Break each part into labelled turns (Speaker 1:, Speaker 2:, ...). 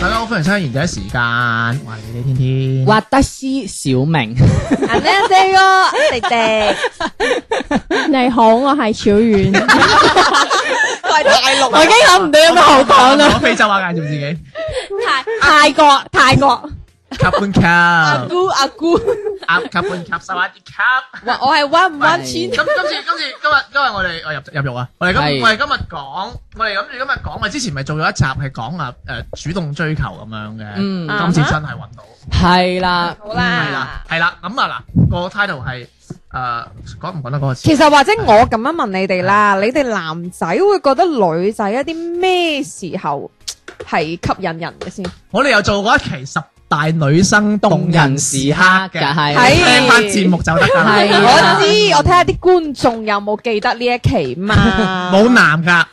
Speaker 1: 大家好，歡迎收聽賢者時間。哇，你哋天天
Speaker 2: 滑得斯小明，
Speaker 3: 你好，我係小 遠。
Speaker 1: 大陸，
Speaker 3: 我已經諗唔到有咩好講啦。
Speaker 1: 我非洲話介紹自己，
Speaker 3: 泰國，泰國，
Speaker 1: 卡 半卡，
Speaker 4: 姑阿姑，
Speaker 1: 阿卡半卡，沙瓦啲卡。
Speaker 4: 話我係彎唔彎
Speaker 1: 今今
Speaker 4: 錢？
Speaker 1: 次今次今日今日我哋我入入獄啊！我
Speaker 2: 係
Speaker 1: 哋今我哋今日講，我哋諗住今日講，我哋之前咪做咗一集係講啊誒主動追求咁樣嘅，
Speaker 2: 嗯
Speaker 1: 今次真係揾到，
Speaker 2: 係啦，
Speaker 4: 好
Speaker 1: 係
Speaker 4: 啦
Speaker 1: 啦，係啦，咁啊嗱個 title 係誒講唔講得嗰個詞？
Speaker 5: 其實或者我咁樣問你哋啦，你哋男仔會覺得女仔一啲咩時候係吸引人 嘅先？
Speaker 1: 我哋又做過一期十大女生動人時刻
Speaker 2: 動人時刻
Speaker 1: 嘅，
Speaker 2: 嘅係
Speaker 1: 聽翻節目就得㗎
Speaker 3: 哎
Speaker 1: 啦，。
Speaker 2: 係
Speaker 5: 我知，我睇下啲觀眾有冇記得呢一期嘛
Speaker 1: 冇男㗎，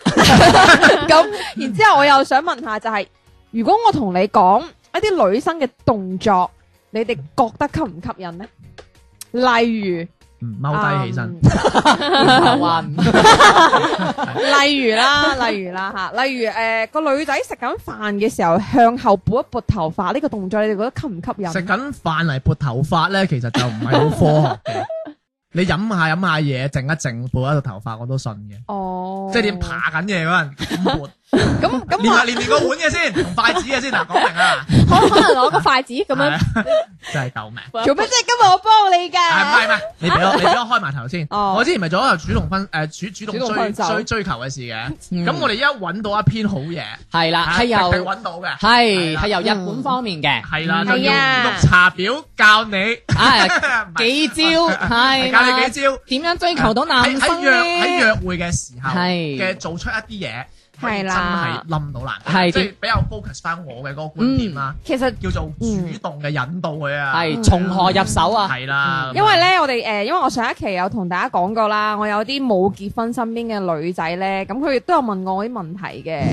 Speaker 5: 咁，然之後我又想問下就係、如果我同你講一啲女生嘅動作，你哋覺得吸唔吸引呢？例如，
Speaker 1: 嗯踎低起身，
Speaker 5: 例如啦， 例如啦吓，例如誒個、女仔食緊飯嘅時候向後撥一撥頭髮呢、個動作，你哋覺得吸唔吸
Speaker 1: 食
Speaker 5: 引？
Speaker 1: 緊飯嚟撥頭髮咧，其實就唔係好科學嘅。你飲下飲下嘢，靜一靜，撥一個頭髮我都信嘅。
Speaker 5: 哦，
Speaker 1: 即係你爬緊嘢嗰陣咁撥，
Speaker 5: 咁咁
Speaker 1: 練下
Speaker 5: 我
Speaker 1: 練練個碗嘅先，同筷子嘅先嗱，講明啦，
Speaker 3: 可可能攞個筷子 咁
Speaker 2: 啊
Speaker 3: 樣。
Speaker 1: 係啊 真係救命！
Speaker 5: 做
Speaker 3: 啊
Speaker 5: 咩？即係今日我幫你
Speaker 1: 係唔
Speaker 5: 㗎。
Speaker 1: 係唔係？你俾我你俾我開埋頭先。
Speaker 5: 哦
Speaker 1: 我之前咪做一個主動分誒主主動
Speaker 5: 主動
Speaker 1: 追
Speaker 5: 分手
Speaker 1: 追追求嘅事嘅。
Speaker 2: 嗯
Speaker 1: 咁我哋而家揾到一篇好嘢，
Speaker 2: 係啦，係
Speaker 1: 係
Speaker 2: 由
Speaker 1: 揾到嘅，
Speaker 2: 係係
Speaker 1: 係啦
Speaker 2: 由日本方 面嘅，
Speaker 1: 係啦，就
Speaker 4: 係
Speaker 1: 要
Speaker 4: 啊
Speaker 1: 綠茶婊教你
Speaker 2: 啊
Speaker 1: 唔係
Speaker 2: 幾招
Speaker 1: 係
Speaker 2: 係
Speaker 1: 教
Speaker 2: 啦
Speaker 1: 你幾招。
Speaker 2: 點樣追求到男
Speaker 1: 喺喺
Speaker 2: 生
Speaker 1: 約喺
Speaker 2: 咧？
Speaker 1: 約會嘅時候
Speaker 2: 係
Speaker 1: 嘅做出一啲嘢，
Speaker 5: 係啦
Speaker 1: 真係冧到難，
Speaker 2: 係
Speaker 1: 即係比較 focus 翻我嘅嗰個觀點啦，
Speaker 5: 其實
Speaker 1: 叫做主動嘅引導佢啊，
Speaker 2: 係從何入手啊？
Speaker 1: 係啦，
Speaker 5: 因為咧，我哋誒、因為我上一期有同大家講過啦，我有啲冇結婚身邊嘅女仔咧，咁佢亦都有問我啲問題 嘅，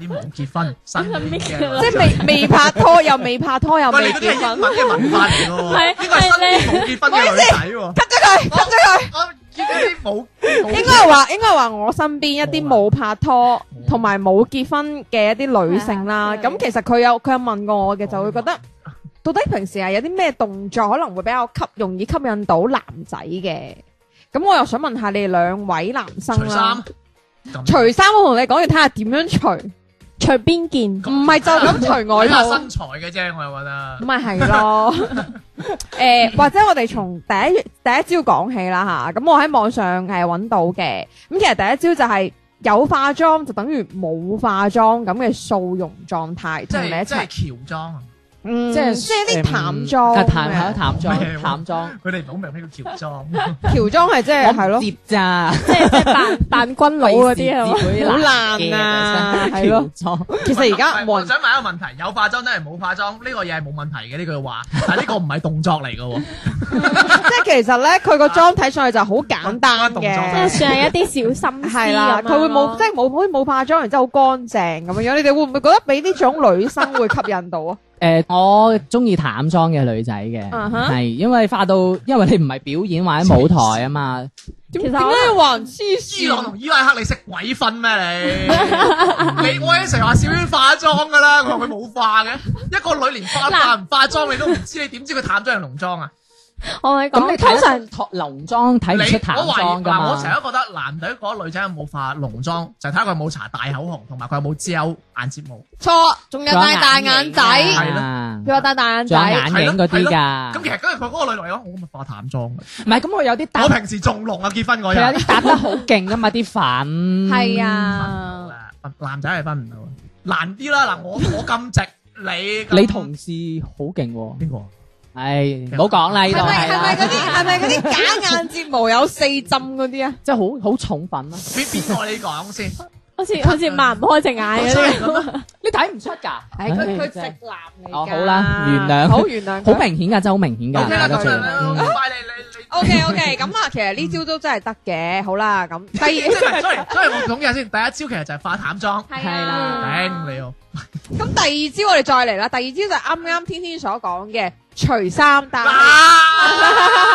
Speaker 1: 啲冇結婚 新嘅，
Speaker 5: 即係未未拍拖，又未拍拖，又
Speaker 1: 喂，
Speaker 5: 未
Speaker 1: 你嗰啲係
Speaker 5: 結
Speaker 1: 英
Speaker 5: 婚，
Speaker 1: 文嘅文化 嚟
Speaker 3: 係
Speaker 1: 嘅喎，應該係新冇結婚嘅女仔喎，
Speaker 5: 得咗佢，得咗佢。
Speaker 1: 我見嗰啲冇冇
Speaker 5: 應該係話，應該係話我身邊一啲冇拍拖
Speaker 1: 嗯
Speaker 5: 同埋冇結婚嘅一啲女性
Speaker 3: 係
Speaker 5: 啦。
Speaker 3: 啊係啊
Speaker 5: 咁其實佢有佢有問過我嘅，就會覺得到底平時係有啲咩動作可能會比較吸容易吸引到男仔嘅？咁我又想問下你哋兩位男生
Speaker 1: 除
Speaker 5: 啦，
Speaker 1: 衫，
Speaker 5: 除衫我同你講，要睇下點樣除，
Speaker 3: 隨邊件，
Speaker 5: 唔係就咁除外
Speaker 1: 睇下
Speaker 5: 套。
Speaker 1: 身材嘅啫，我又覺得
Speaker 5: 咁。咪係咯，誒、或者我哋從第一第一招講起啦吓，咁我喺網上係揾到嘅，咁其實第一招就係有化妝就等於冇化妝咁嘅素容狀態
Speaker 1: 即
Speaker 5: 同你一
Speaker 1: 係即
Speaker 5: 齊
Speaker 1: 係，喬裝啊！
Speaker 5: 嗯
Speaker 2: 即係
Speaker 5: 即係啲淡
Speaker 2: 嗯
Speaker 5: 妝
Speaker 2: 啊
Speaker 5: 嘅，
Speaker 2: 淡係淡
Speaker 1: 咩
Speaker 2: 妝，淡妝。
Speaker 1: 佢哋唔好明咩叫喬裝，
Speaker 5: 喬裝係即係係
Speaker 2: 我
Speaker 5: 咯
Speaker 2: 唔，接咋，
Speaker 3: 即 係即係扮扮軍佬嗰啲啊係嘛？
Speaker 2: 好
Speaker 5: 好爛啊係咯
Speaker 2: 咯。
Speaker 5: 其實而家
Speaker 1: 唔係
Speaker 5: 冇
Speaker 1: 我
Speaker 5: 人
Speaker 1: 想問一個問題：有化妝等於冇化妝呢個嘢係冇問題嘅呢句話， 但係呢個唔係動作嚟嘅喎，
Speaker 5: 即係其實咧佢個妝睇上去就好簡單
Speaker 1: 動作
Speaker 3: 即
Speaker 5: 嘅
Speaker 3: 係。算係一啲小心思
Speaker 5: 係啦，
Speaker 3: 咁樣
Speaker 5: 佢會冇
Speaker 3: 咯
Speaker 5: 即係冇好似冇化妝，然之後好乾淨咁樣樣。你哋會唔會覺得俾呢種女生會吸引到啊？
Speaker 2: 誒，我中意淡妝嘅女仔嘅，
Speaker 5: 嗯哼
Speaker 2: 係因為化到，因為你唔係表演或者舞台啊嘛，
Speaker 3: 其
Speaker 5: 點
Speaker 3: 實
Speaker 5: 解
Speaker 3: 我
Speaker 5: 你話人黐
Speaker 1: 伊
Speaker 5: 線
Speaker 1: 朗同伊拉克你食鬼瞓咩 你？你我已經成日話小娟化妝㗎啦，我話佢冇化嘅，一個女連化化唔化妝你都唔知，你點知佢淡妝定濃妝啊？
Speaker 3: 我同你
Speaker 2: 咁你
Speaker 3: 講，通常
Speaker 2: 睇濃妝睇
Speaker 1: 你
Speaker 2: 唔
Speaker 1: 我
Speaker 2: 出淡
Speaker 1: 懷
Speaker 2: 妝
Speaker 1: 疑
Speaker 2: 噶
Speaker 1: 嗱，
Speaker 2: 嘛？
Speaker 1: 我成日都覺得男仔嗰個女仔有冇化濃妝，就係睇下佢有冇搽大口紅，同埋佢有冇遮眼睫毛。
Speaker 4: 錯，仲有戴大眼仔，
Speaker 1: 係
Speaker 2: 咯，
Speaker 4: 佢話戴大眼
Speaker 2: 啊仲有
Speaker 4: 仔，
Speaker 2: 眼影嗰啲
Speaker 5: 啊
Speaker 2: 㗎。
Speaker 1: 咁其實嗰日佢嗰個女嚟講，我咪化淡妝嘅。
Speaker 2: 唔係咁，佢有啲搭
Speaker 1: 我，平時仲濃啊，結婚
Speaker 2: 佢
Speaker 1: 嗰日
Speaker 2: 有。啲搭得好勁噶嘛，啲粉
Speaker 4: 係。啊，
Speaker 1: Ờ. 男仔係分唔到，難啲啦。嗱，我我咁直，你咁
Speaker 2: 你同事好勁喎，
Speaker 1: 邊個啊？
Speaker 2: 唉，唔好講啦，呢度
Speaker 4: 係咪係
Speaker 2: 係
Speaker 4: 咪
Speaker 2: 啦
Speaker 4: 嗰，啲係咪嗰啲假眼睫毛有四浸嗰啲啊？
Speaker 2: 即係好好重粉啊啦，
Speaker 1: 邊邊個你講先？
Speaker 3: 好似好似擘唔開隻眼嗰啲。
Speaker 2: 你睇唔出㗎？
Speaker 4: 唉，佢
Speaker 2: 唉
Speaker 4: 佢直
Speaker 2: 真係
Speaker 4: 男嚟㗎
Speaker 2: 哦好啦原諒
Speaker 5: 好原諒佢，
Speaker 2: 好明顯㗎，真係好明顯
Speaker 1: O
Speaker 2: 㗎，
Speaker 1: K 啦，
Speaker 4: 啊
Speaker 2: 大家
Speaker 1: 咁
Speaker 2: 最
Speaker 1: 樣
Speaker 2: 嗯
Speaker 1: 啦，快你你你。
Speaker 5: O K O K，咁啊，其實呢招都真係得嘅。好啦，咁第
Speaker 1: 即係唔係
Speaker 5: 二
Speaker 1: sorry sorry，我總結先，第一招其實就係化淡妝，
Speaker 4: 係
Speaker 2: 係
Speaker 3: 啊
Speaker 2: 啦
Speaker 1: 頂你哦，
Speaker 5: 咁第二招我哋再嚟啦。第二招就係啱啱天天所講嘅除衫戴鞋。
Speaker 1: 啊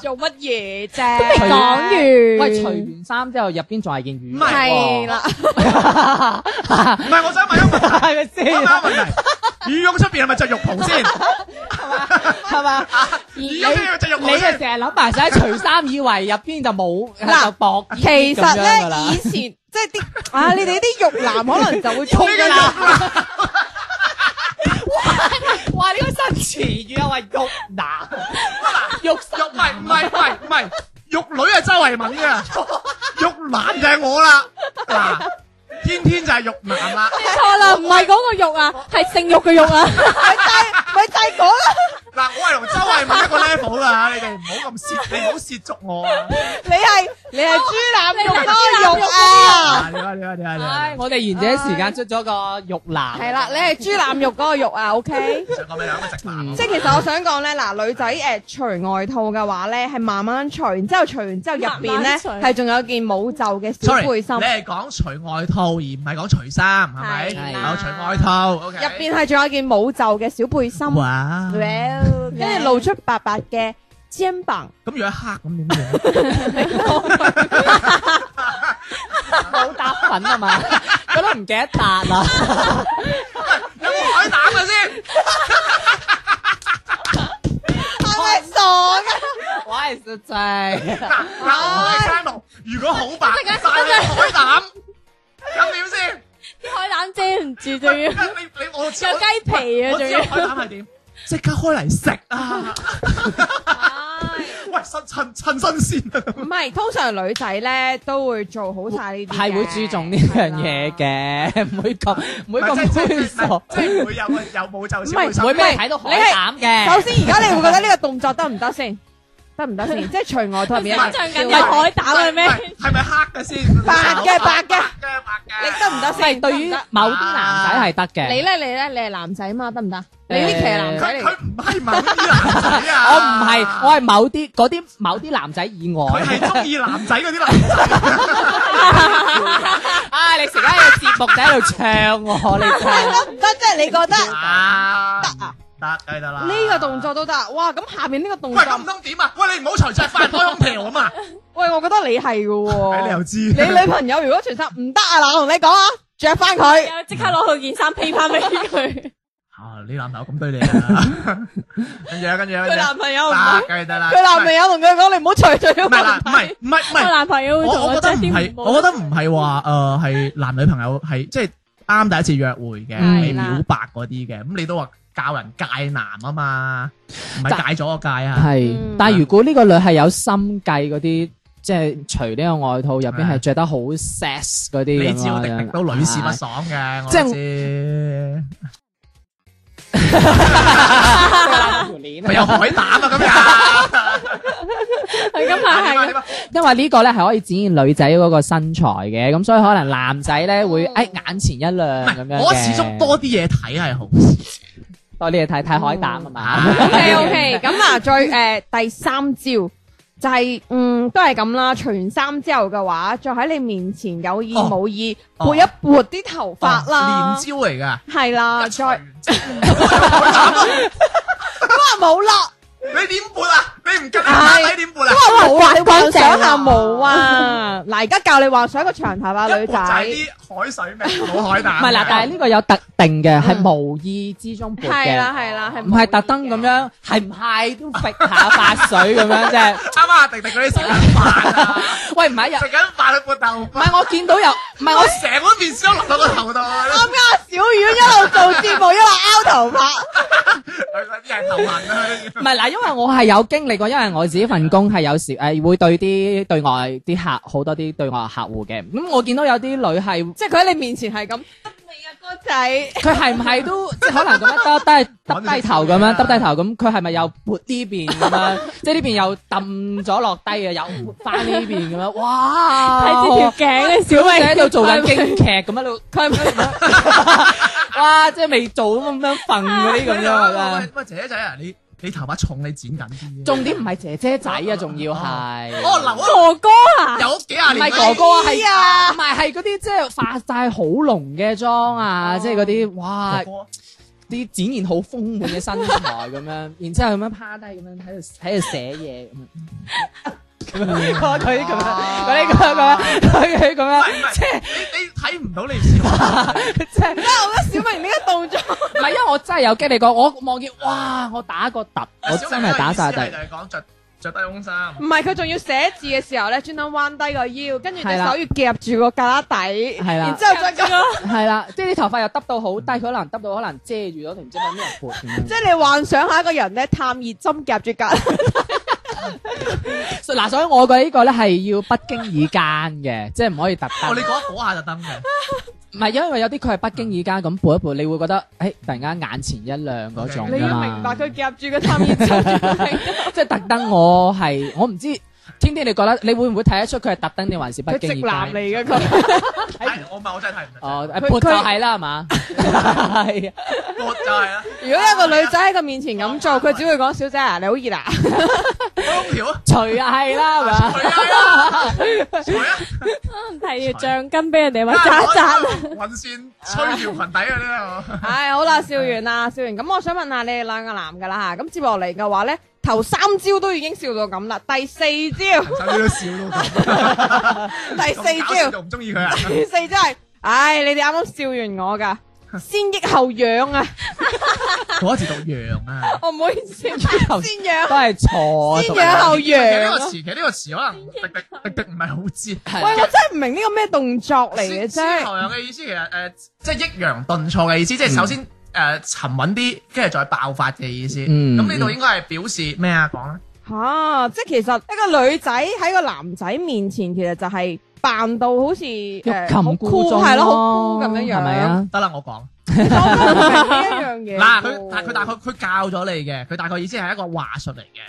Speaker 4: 做乜嘢
Speaker 3: 未
Speaker 4: 啫？
Speaker 2: 除
Speaker 3: 講完，
Speaker 2: 喂，除完衫之後入邊仲係件羽絨
Speaker 1: 唔係
Speaker 2: 喎
Speaker 4: 係啦，
Speaker 1: 唔係，我想問一個問題，
Speaker 2: 係咪先？
Speaker 1: 我問一個問題，羽絨出邊係咪着浴袍先？
Speaker 2: 係嘛？
Speaker 1: 羽絨出邊係咪着浴
Speaker 2: 你
Speaker 1: 袍
Speaker 2: 就成
Speaker 1: 先？
Speaker 2: 日諗埋晒除衫，以為入邊就冇
Speaker 5: 嗱
Speaker 2: 就薄衣
Speaker 5: 其
Speaker 2: 咁
Speaker 5: 實
Speaker 2: 樣㗎
Speaker 5: 咧，
Speaker 2: 啦
Speaker 5: 以前即係啲啊，你哋啲玉男可能就會衝㗎啦。
Speaker 1: 呢
Speaker 2: 哇！呢個新詞語啊，話肉男、 肉
Speaker 1: 個肉唔係唔係唔係唔係，玉女係周慧敏嘅，玉男就係我啦，嗱，天天就係玉男啦。
Speaker 3: 錯啦，唔係嗰個肉啊，係性欲嘅肉啊。
Speaker 5: 咪就係嗰啦，
Speaker 1: 嗱，我係同周慧敏一個 level 啦，你哋唔好咁涉，你唔好涉足我啊！
Speaker 5: 你係你係豬腩肉多肉啊！
Speaker 1: 啊，你啊你啊你啊你啊
Speaker 2: 唉，！我哋賢者時間出咗個肉男，
Speaker 4: 啊
Speaker 5: 係啦，你係豬腩肉嗰個肉啊，OK？
Speaker 1: 想講咩啊？我直男啊
Speaker 5: 即係其實我想講咧，嗱女仔誒除外套嘅話咧，係慢慢除，然之後除完之後入邊
Speaker 3: 慢
Speaker 5: 咧
Speaker 3: 慢除
Speaker 5: 係仲有件冇袖嘅小
Speaker 1: Sorry，
Speaker 5: 背心，
Speaker 1: 你
Speaker 5: 入
Speaker 1: 係講除外套而唔係講除衫，係咪？
Speaker 2: 係
Speaker 1: 有
Speaker 2: 啦
Speaker 1: 除外套，OK。
Speaker 5: 邊係仲有件冇袖嘅小背心，
Speaker 1: 哇！
Speaker 5: Well，跟住露出白白嘅肩膀，
Speaker 1: 咁如果黑咁點算？
Speaker 2: 冇打粉啊嘛，覺得唔記得搭 啦。
Speaker 1: 有冇海膽嘅先？
Speaker 5: 係咪傻㗎？
Speaker 2: 喂，實際
Speaker 1: 嗱嗱，我嘅 channel 如果好白晒你海膽，咁點先？
Speaker 3: 啲海膽遮唔住，仲要
Speaker 1: 你你我知
Speaker 3: 有雞皮啊，
Speaker 1: 我
Speaker 3: 仲
Speaker 1: 知
Speaker 3: 要
Speaker 1: 道。海膽係點，即刻開嚟食啊！喂，新趁趁新鮮啊！
Speaker 5: 唔係，通常女仔咧都會做好晒呢啲嘅，
Speaker 2: 係會注重呢樣嘢
Speaker 5: 係啦。
Speaker 2: 嘅，唔會咁唔會
Speaker 1: 唔係
Speaker 2: 咁
Speaker 1: 即
Speaker 2: 猥
Speaker 1: 係即係
Speaker 2: 瑣，
Speaker 1: 即係唔會有有冇就小
Speaker 5: 唔係
Speaker 1: 背
Speaker 2: 唔
Speaker 1: 心
Speaker 2: 會俾人睇到海膽嘅。
Speaker 5: 首先而家你會覺得呢個動作得唔得先？得唔得先？即係除外套入面一
Speaker 3: 想
Speaker 5: 件
Speaker 3: 象緊有海膽係咩？
Speaker 1: 係咪黑嘅先？
Speaker 5: 白嘅白嘅
Speaker 1: 白嘅白嘅。
Speaker 5: 你得唔得
Speaker 2: 唔係
Speaker 5: 先？
Speaker 2: 對於
Speaker 5: 得唔得
Speaker 2: 某啲男仔係得嘅，
Speaker 5: 你咧，你咧，你係男仔嘛，得唔得？你呢期係男
Speaker 1: 佢
Speaker 5: 仔嚟
Speaker 1: 佢唔係某啲男仔啊！
Speaker 2: 我唔係，我係某啲嗰啲某啲男仔以外。
Speaker 1: 佢係中意男仔嗰啲男仔。
Speaker 2: 啊！你成日喺個節目仔喺度唱我，你真係
Speaker 5: 得唔得？即係你覺
Speaker 1: À.
Speaker 5: 得
Speaker 1: 啊，得梗係得啦。
Speaker 5: 呢個動作。都得，哇！咁下面呢個動
Speaker 1: 喂，咁唔
Speaker 5: 作，
Speaker 1: 通點啊？喂，你唔好除晒快開空調啊嘛！
Speaker 5: 喂，我覺得你係嘅
Speaker 1: 哎
Speaker 5: 喎。
Speaker 1: 你又知？
Speaker 5: 你女朋友如果除衫唔得啊，嗱，我同你講啊，着翻佢。
Speaker 3: 又即刻攞佢件衫披翻俾佢。
Speaker 1: 啊，你男朋友咁對你啊？跟住啊，跟住啊，
Speaker 3: 佢
Speaker 1: 跟住啊
Speaker 3: 男朋友唔
Speaker 1: 得梗係得啦。
Speaker 5: 佢男朋友同佢講：你唔好除除咗
Speaker 1: 唔係啦，唔
Speaker 5: 我。
Speaker 1: 係唔係唔
Speaker 3: 我
Speaker 1: 係。
Speaker 3: 男朋友會
Speaker 1: 我
Speaker 3: 同
Speaker 1: 我覺
Speaker 3: 我
Speaker 1: 得
Speaker 3: 着
Speaker 1: 唔
Speaker 3: 啲
Speaker 1: 係，
Speaker 3: 毛
Speaker 1: 我覺得唔係話誒係男女朋友係即係啱第一次約會嘅，
Speaker 5: 係
Speaker 1: 未
Speaker 5: 啦
Speaker 1: 表白嗰啲嘅，咁你都話教人戒男啊嘛，唔
Speaker 2: 但
Speaker 1: 係戒咗個戒啊，
Speaker 2: 係
Speaker 5: 嗯，
Speaker 2: 但係如果呢個女係有心計嗰啲，即係除呢個外套入邊係着得好 sex 嗰啲
Speaker 1: 你
Speaker 2: 咁
Speaker 1: 知我迪迪
Speaker 2: 樣，啊
Speaker 1: 都屢 試不爽嘅，我
Speaker 2: 即係
Speaker 1: 都知
Speaker 2: 條鏈
Speaker 1: 咪有海膽啊咁樣，
Speaker 3: 佢今日
Speaker 1: 點啊
Speaker 3: 係
Speaker 1: 點啊
Speaker 2: 因為呢個咧係可以展現女仔嗰個身材嘅，咁所以可能男仔咧會誒眼前一亮
Speaker 1: 唔
Speaker 2: 咁樣
Speaker 1: 係，
Speaker 2: 嘅
Speaker 1: 我始終多啲嘢睇係好事，
Speaker 2: 多啲嘢睇睇海膽啊嘛，
Speaker 5: O K O K，咁 嗱，再誒第三招就係嗯都係咁啦。除完衫之後嘅話，再喺你面前有意
Speaker 1: 哦
Speaker 5: 冇意
Speaker 1: 哦
Speaker 5: 撥一撥啲頭髮啦
Speaker 1: 連，招嚟㗎，
Speaker 5: 係啦，
Speaker 1: 一
Speaker 5: 再
Speaker 1: 除
Speaker 5: 哇
Speaker 1: 完
Speaker 5: 冇啦，
Speaker 1: 你點撥啊？你唔跟阿仔點撥啊？
Speaker 5: 哇冇啦，你幻
Speaker 3: 乾淨啊
Speaker 5: 想下冇啊！嗱，而家教你幻想一個長頭髮女
Speaker 1: 一撥就係
Speaker 5: 仔，
Speaker 1: 啲海水味冇海膽
Speaker 2: 唔
Speaker 1: 㗎，
Speaker 2: 係嗱，但係呢個有特定嘅，係無意之中撥
Speaker 5: 係
Speaker 2: 嘅
Speaker 5: 啦。係啦，係
Speaker 2: 唔係特登咁樣，係唔係都揈下發水咁樣啫？
Speaker 1: 啱啊！迪迪嗰啲食緊飯啊，
Speaker 2: 喂，唔係
Speaker 1: 食
Speaker 2: 又
Speaker 1: 緊飯去撥豆
Speaker 2: 唔
Speaker 1: 腐，
Speaker 2: 係我見到有，唔係我
Speaker 1: 我成碗麵豉都淋到個頭度啊！
Speaker 5: 啱啱小丸一路做節目一路拗頭髮。
Speaker 1: 佢啲人頭痕啊！
Speaker 2: 唔係嗱，因為我係有經歷過，因為我自己份工係有時誒會對啲對外啲客好多啲對外客戶嘅，咁我見到有啲女係
Speaker 5: 即係佢喺你面前係咁，得未啊哥？
Speaker 4: 仔，
Speaker 2: 佢係唔係都即係可能咁樣耷低耷
Speaker 1: 揾你食
Speaker 2: 低頭咁樣
Speaker 1: 屎啊
Speaker 2: 耷低頭咁，佢係咪又撥呢邊咁 樣？即係呢邊又揼咗落低啊，又撥翻呢邊咁 樣。哇！
Speaker 3: 睇住條頸嘅小
Speaker 2: 小明
Speaker 3: 明
Speaker 2: 喺度做緊京劇咁喺度，佢係咪？ 哇！即係未做咁樣瞓嗰啲咁樣啊！
Speaker 1: 喂喂，姐仔啊，你你頭髮重，你剪緊啲。
Speaker 2: 重點唔係姐姐仔啊，仲要係
Speaker 1: 哦，留咗
Speaker 3: 哥哥啊，
Speaker 1: 有幾廿
Speaker 2: 唔
Speaker 1: 年
Speaker 2: 係哥哥啊，係唔係係嗰啲即係化晒好濃嘅妝啊，即係嗰啲哇
Speaker 1: 哥哥
Speaker 2: 啲展現好豐滿嘅身材咁樣，然之後咁樣趴低咁樣喺度喺度寫嘢咁樣。咁樣佢佢咁樣，佢咁樣，佢佢咁樣，即係
Speaker 1: 你你睇唔到你笑，
Speaker 2: 即係。
Speaker 5: 小明呢個動作，
Speaker 2: 唔係，因為我真係有經歷過，我望見哇，我打個突，我真係打晒
Speaker 1: 小
Speaker 2: 突。
Speaker 1: 明嘅意思係就係講着着低胸衫。
Speaker 5: 唔係佢仲要寫字嘅時候咧，專登彎低個腰，跟住隻
Speaker 2: 係
Speaker 5: 手
Speaker 2: 啦
Speaker 5: 要夾住個旮旯底，
Speaker 2: 係啦
Speaker 5: 然之後再咁，
Speaker 2: 係啦，即係啲頭髮又耷到好低，佢可能耷到可能遮住咗，唔知揾咩人撥咁
Speaker 5: 即
Speaker 2: 樣。
Speaker 5: 係你幻想下一個人咧，探熱針夾住旮旯，
Speaker 2: 所以嗱，所以我嘅呢個咧係要不經意間嘅，即係唔可以特
Speaker 1: 哦，你
Speaker 2: 登。
Speaker 1: 講嗰下就登嘅，
Speaker 2: 唔係因為有啲佢係不經意間咁撥一撥，你會覺得誒突然間眼前一亮嗰種
Speaker 1: Okay
Speaker 5: 你
Speaker 2: 㗎
Speaker 5: 要
Speaker 2: 嘛
Speaker 5: 明白佢夾住個探熱 針。
Speaker 2: 即係特登我係我唔知天天你覺得你會唔會睇得出佢係特登定還是不
Speaker 5: 佢
Speaker 2: 經
Speaker 5: 直
Speaker 2: 意
Speaker 5: 男
Speaker 2: 間？
Speaker 5: 嚟嘅佢，
Speaker 1: 係我唔係我真係睇唔到。
Speaker 2: 哦，誒
Speaker 5: 佢
Speaker 2: 撥就
Speaker 5: 佢
Speaker 2: 係啦，係嘛？係啊。
Speaker 1: 我就係啦，
Speaker 5: 如果有個女仔喺佢面前咁做，佢只會講小姐啊，你好熱啊，
Speaker 1: 開空調啊，
Speaker 2: 除啊係啦，係嘛？
Speaker 1: 除啊，
Speaker 3: 唔提住橡筋俾人 哋話渣渣。
Speaker 1: 揸揸雲線吹條裙底嗰啲 啊，
Speaker 5: 唉，好啦，笑完啦，笑完。咁我想問下你哋兩個男噶啦吓，咁接落嚟嘅話咧，頭三招都已經笑到咁啦，第四 招，
Speaker 1: 陳生你都笑到咁，
Speaker 5: 第四
Speaker 1: 咁搞笑
Speaker 5: 招，
Speaker 1: 就唔中意佢啊。
Speaker 5: 第四招係，唉，你哋啱啱笑完我噶， 先抑後仰啊，
Speaker 1: 嗰一次讀羊啊，
Speaker 5: 我唔好意思，先
Speaker 2: 後
Speaker 5: 仰
Speaker 2: 都係錯。
Speaker 5: 先仰後
Speaker 1: 其實呢
Speaker 5: 仰
Speaker 1: 個
Speaker 5: 啊。
Speaker 1: 詞，其實呢個詞 可能滴滴滴滴唔係好知。
Speaker 5: 喂，我真係唔明呢個咩動作嚟嘅
Speaker 1: 先
Speaker 5: 啫
Speaker 1: 先。後仰嘅意思其實誒，即係抑揚頓挫嘅意思，即係首先誒沉穩啲，跟住再爆發嘅意思。
Speaker 2: 嗯
Speaker 1: 咁呢度應該係表示咩啊？講咧，
Speaker 5: 吓、啊即係其實一個女仔喺個男仔面前，其實就係扮到好似誒
Speaker 2: 欲
Speaker 5: 好
Speaker 2: 擒故
Speaker 5: cool，
Speaker 2: 縱
Speaker 5: 係咯，好 cool 咁樣樣，
Speaker 2: 係咪？啊？
Speaker 1: 得啦，我講。
Speaker 5: 呢一樣嘢。哦
Speaker 1: 嗱，佢但佢大概佢教咗你嘅，佢大概意思係一個話術嚟嘅。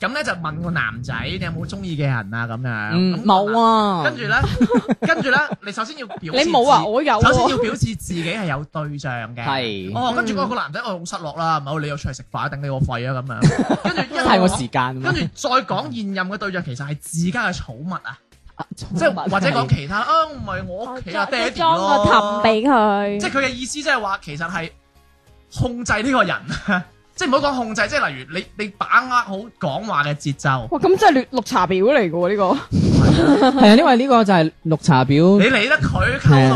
Speaker 1: 咁咧就問個男仔你有冇中意嘅人啊？咁樣
Speaker 2: 嗯，
Speaker 1: 咁
Speaker 2: 冇啊。
Speaker 1: 跟住咧，跟住咧，你首先要表示
Speaker 5: 你冇啊
Speaker 1: 自
Speaker 5: 我有喎
Speaker 1: 首先要表示自己係有對象嘅。
Speaker 2: 係
Speaker 1: 哦，跟住嗰個男仔，我好失落啦，唔係你又出嚟食飯，頂你個肺啊咁樣。跟住一
Speaker 2: 一係我時間啊嘛
Speaker 1: 跟住再講現任嘅對象其實係自家嘅寵物啊，即
Speaker 2: 即
Speaker 1: 係或者講其他啊，唔係我屋企啊，爹哋
Speaker 3: 哦裝
Speaker 1: 咯。
Speaker 3: 個氹俾佢
Speaker 1: 即，係佢嘅意思，即係話其實係控制呢個人， 即係唔好講控制，即係例如你你把握好講話嘅節奏，
Speaker 5: 哇，咁真係綠綠茶婊嚟嘅喎呢個。
Speaker 2: 係啊，因為呢個就係綠茶婊
Speaker 1: 你理得佢溝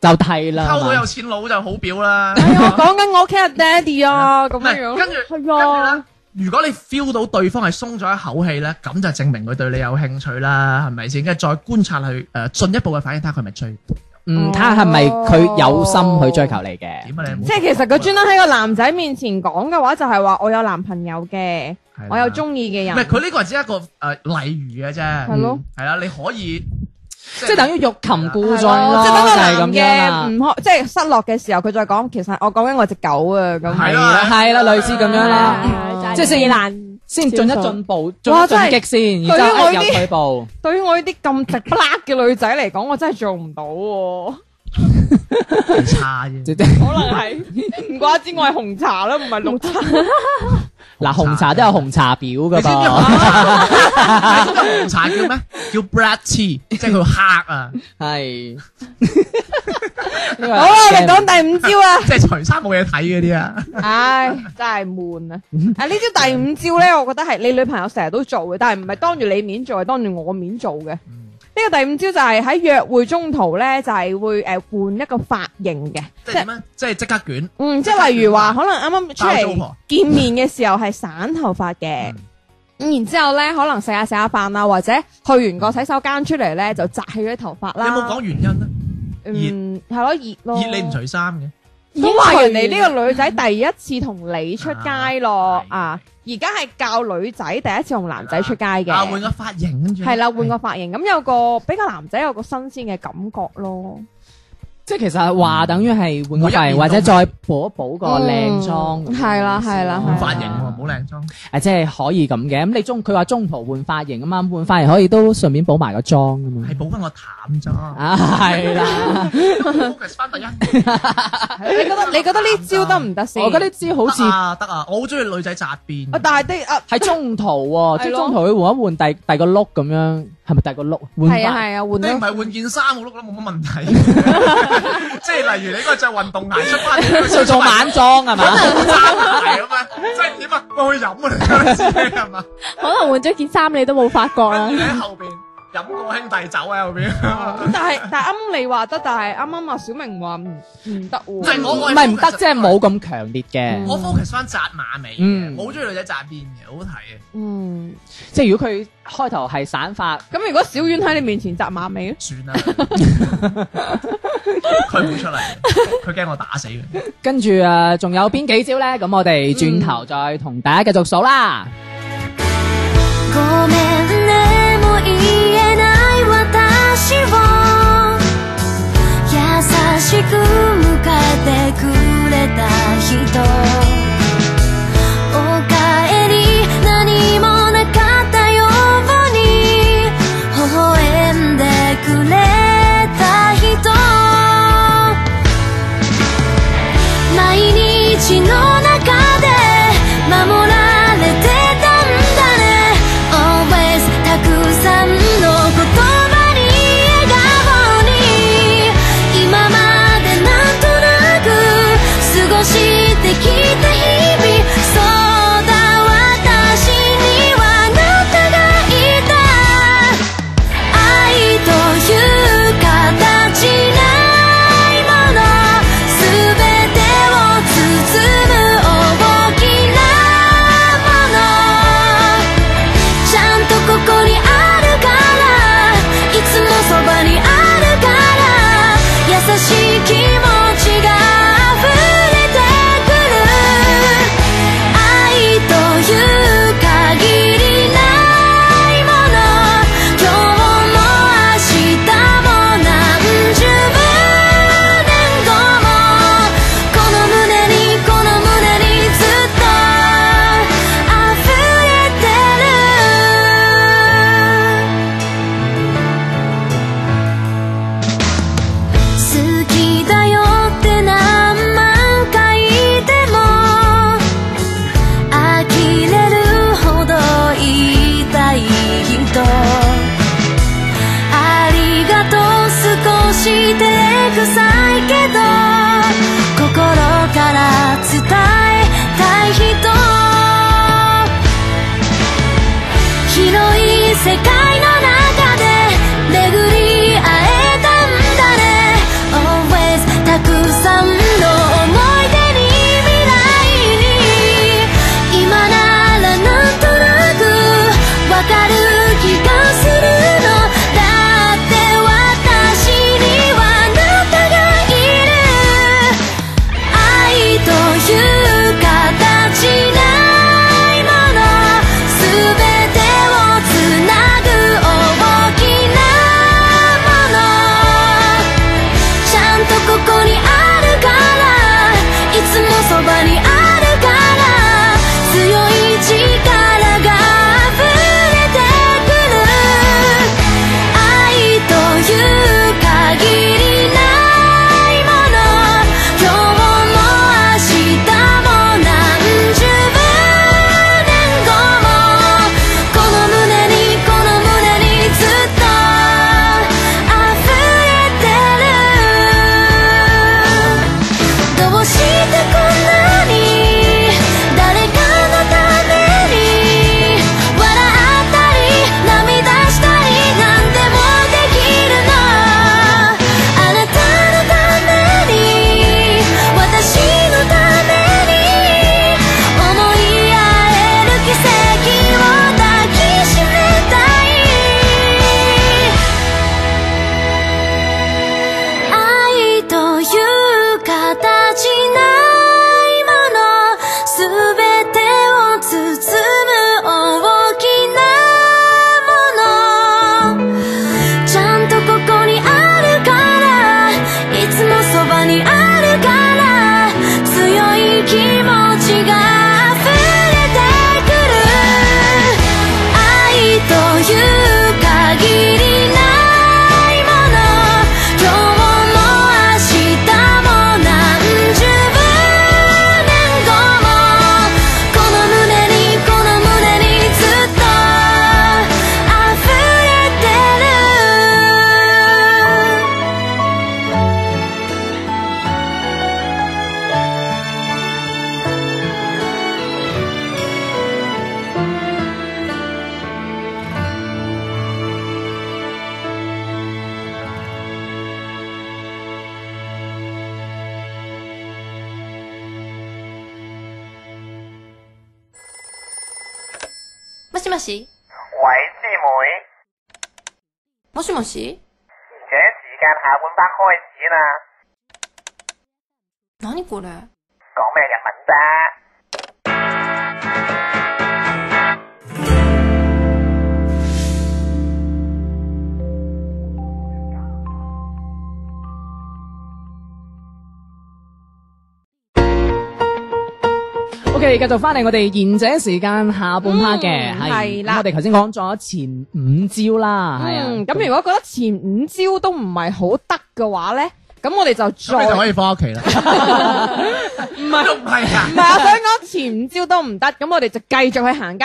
Speaker 1: 到
Speaker 2: 就替啦。
Speaker 1: 溝到
Speaker 2: 嗯係
Speaker 1: 有
Speaker 2: 嘛
Speaker 1: 錢佬就好表啦。
Speaker 5: 啊我講緊我屋企阿爹哋啊，咁
Speaker 1: 唔
Speaker 5: 樣
Speaker 1: 係
Speaker 5: 樣。
Speaker 1: 跟住跟住
Speaker 3: 係啊
Speaker 1: 咧，如果你 feel 到對方係鬆咗一口氣咧，咁就證明佢對你有興趣啦，係咪先？跟住再觀察佢誒進一步嘅反應，睇下佢係咪追
Speaker 2: 嗯，睇下係咪佢有心去追求你嘅？
Speaker 1: 點啊？你
Speaker 5: 即係其實佢專登喺個男仔面前講嘅話，就係話我有男朋友嘅，
Speaker 1: 登
Speaker 5: 我有中意嘅
Speaker 1: 唔係
Speaker 5: 人，
Speaker 1: 佢呢個係只係一個誒例如嘅啫，
Speaker 5: 係咯。
Speaker 1: 係啦，你可以即
Speaker 2: 即係等於欲擒故縱
Speaker 5: 係咯
Speaker 2: 咯，
Speaker 5: 哦即
Speaker 2: 就係咁
Speaker 5: 係當個男
Speaker 2: 樣
Speaker 5: 嘅
Speaker 2: 啦
Speaker 5: 唔。開，即係失落嘅時候，佢再講，其實我講緊我只狗啊，咁
Speaker 1: 係
Speaker 2: 係
Speaker 1: 啦
Speaker 2: 啦，係啦，類似咁樣啦，
Speaker 3: 啊
Speaker 2: 即係
Speaker 3: 四
Speaker 2: 先
Speaker 3: 難
Speaker 2: 先進一進步，進
Speaker 5: 哇
Speaker 2: 一
Speaker 5: 真係
Speaker 2: 進擊先，然之後
Speaker 5: 對於我
Speaker 2: 哎
Speaker 5: 呢
Speaker 2: 又
Speaker 5: 啲
Speaker 2: 退步。
Speaker 5: 對於我呢啲咁直不甩嘅女仔嚟講，我真係做唔到喎、
Speaker 1: 係差 啫。
Speaker 2: 即係
Speaker 5: 可能係唔怪之我係紅茶啦，唔係綠 茶。
Speaker 2: 嗱，紅茶都有紅茶婊噶
Speaker 1: 你知唔知
Speaker 2: 噃，
Speaker 1: 紅茶？你知唔知紅茶叫咩？叫 black tea，即係佢 黑啊，
Speaker 2: 係。
Speaker 5: 好
Speaker 2: 好
Speaker 5: 啦，我哋講第五招啊！
Speaker 1: 即係除衫冇嘢睇嗰啲啊。
Speaker 5: 唉，真係悶啊！啊呢招第五招咧，我覺得係你女朋友成日都做嘅，但係唔係當住你面做，係當住我面做嘅。呢個第五招就係喺約會中途咧，就係會誒換一個髮型嘅，
Speaker 1: 即係點咧？即係即刻捲，
Speaker 5: 嗯，即係例如話，可能啱啱出
Speaker 1: 包租
Speaker 5: 嚟
Speaker 1: 婆
Speaker 5: 見面嘅時候係散頭髮嘅，咁然之後咧可能食下食下飯啊，或者去完個洗手間出嚟咧就紮起咗啲頭髮
Speaker 1: 你有
Speaker 5: 啦。
Speaker 1: 冇講原因咧？
Speaker 5: 嗯，係咯，熱咯。
Speaker 1: 熱你唔除衫嘅，
Speaker 5: 都話人哋呢個女仔第一次同你出街咯
Speaker 1: 啊
Speaker 5: 啊！而家係教女仔第一次同男仔出街
Speaker 1: 啊換
Speaker 5: 嘅，
Speaker 1: 個髮
Speaker 5: 嗯
Speaker 1: 型跟住呢
Speaker 5: 係啦，換個髮型咁有個比較男仔有個新鮮嘅感覺咯。
Speaker 2: 即係其實話等於係換個髮
Speaker 1: 每一年
Speaker 2: 型，
Speaker 1: 都
Speaker 2: 或者再補一補個靚妝咁樣嘅意思咯。
Speaker 5: 係啦係啦係啦
Speaker 1: 髮型喎，唔好靚妝。
Speaker 2: 誒，即係可以咁嘅。咁你中佢話中途換髮型啊嘛，換髮型可以都順便補埋個妝啊嘛
Speaker 1: 係。補翻個淡 妝。
Speaker 2: 啊，係啦，
Speaker 1: focus 翻第一。
Speaker 5: 你覺得你覺得呢招得唔得先？
Speaker 2: 我覺得呢招好似
Speaker 1: 得啊得啊，我好中意女仔紮
Speaker 5: 啊，
Speaker 1: 辮。
Speaker 5: 但係啲啊，
Speaker 2: 係中途喎，即係
Speaker 5: 係咯
Speaker 2: 中途佢換一換第第個 look 咁樣，係咪第個 look 換
Speaker 5: 係啊
Speaker 2: 髮？
Speaker 5: 係啊，
Speaker 1: 你唔
Speaker 5: 換咗
Speaker 1: 係換件衫，我都覺得冇乜問 題。即係例如你嗰日着運動鞋出翻 嚟，
Speaker 2: 做做晚裝係嘛？
Speaker 1: 衫鞋咁啊，即係點啊？我去飲啊，你知 係
Speaker 5: 啊
Speaker 1: 嘛？
Speaker 3: 可能換咗件衫你都冇發覺
Speaker 1: 跟住你
Speaker 3: 啦。
Speaker 1: 喺後邊飲個兄弟酒啊喺後邊。
Speaker 5: 咁 但係但係啱你話得，但係啱啱阿小明話唔唔得
Speaker 1: 唔
Speaker 5: 喎。
Speaker 1: 係我
Speaker 2: 唔係唔得，即係冇咁強烈嘅。
Speaker 1: 我 focus 翻紮馬尾嘅，
Speaker 2: 嗯
Speaker 1: 我好中意女仔紮辮嘅，好睇啊嘅。
Speaker 5: 嗯，
Speaker 2: 即係如果佢開頭係散髮，
Speaker 5: 咁如果小婉喺你面前紮馬尾咧？
Speaker 1: 算 啦，佢唔會出嚟，佢驚我打死佢。
Speaker 2: 跟住啊，仲有邊幾招咧？咁我哋轉頭再同大家繼續數啦。
Speaker 6: 「ごめんねもう言えない私を」「優しく迎えてくれた人」「おかえり何もなかったように」「微笑んでくれた人」毎日の中で守られてたんだね Always たくさんの言葉に笑顔に今までなんとなく過ごしてきた
Speaker 7: もしもし
Speaker 8: 喂，師妹，
Speaker 7: もしもし
Speaker 8: 而且時間下半 part 開始啦，
Speaker 7: 何これ
Speaker 8: 講咩日文啫？
Speaker 2: OK，繼續翻嚟我哋賢者時間下半 part 嘅，
Speaker 5: 嗯
Speaker 2: 係
Speaker 5: 係啦
Speaker 2: 咁我哋頭先講咗前五招啦，係啊。
Speaker 5: 嗯，咁如果覺得前五招都唔係好得嘅話咧，咁我哋就
Speaker 1: 咁你就
Speaker 5: 再
Speaker 1: 可以翻屋企啦。 唔係都唔係啊
Speaker 5: 唔，係我想講前五招都唔得，咁我哋就繼續去行街。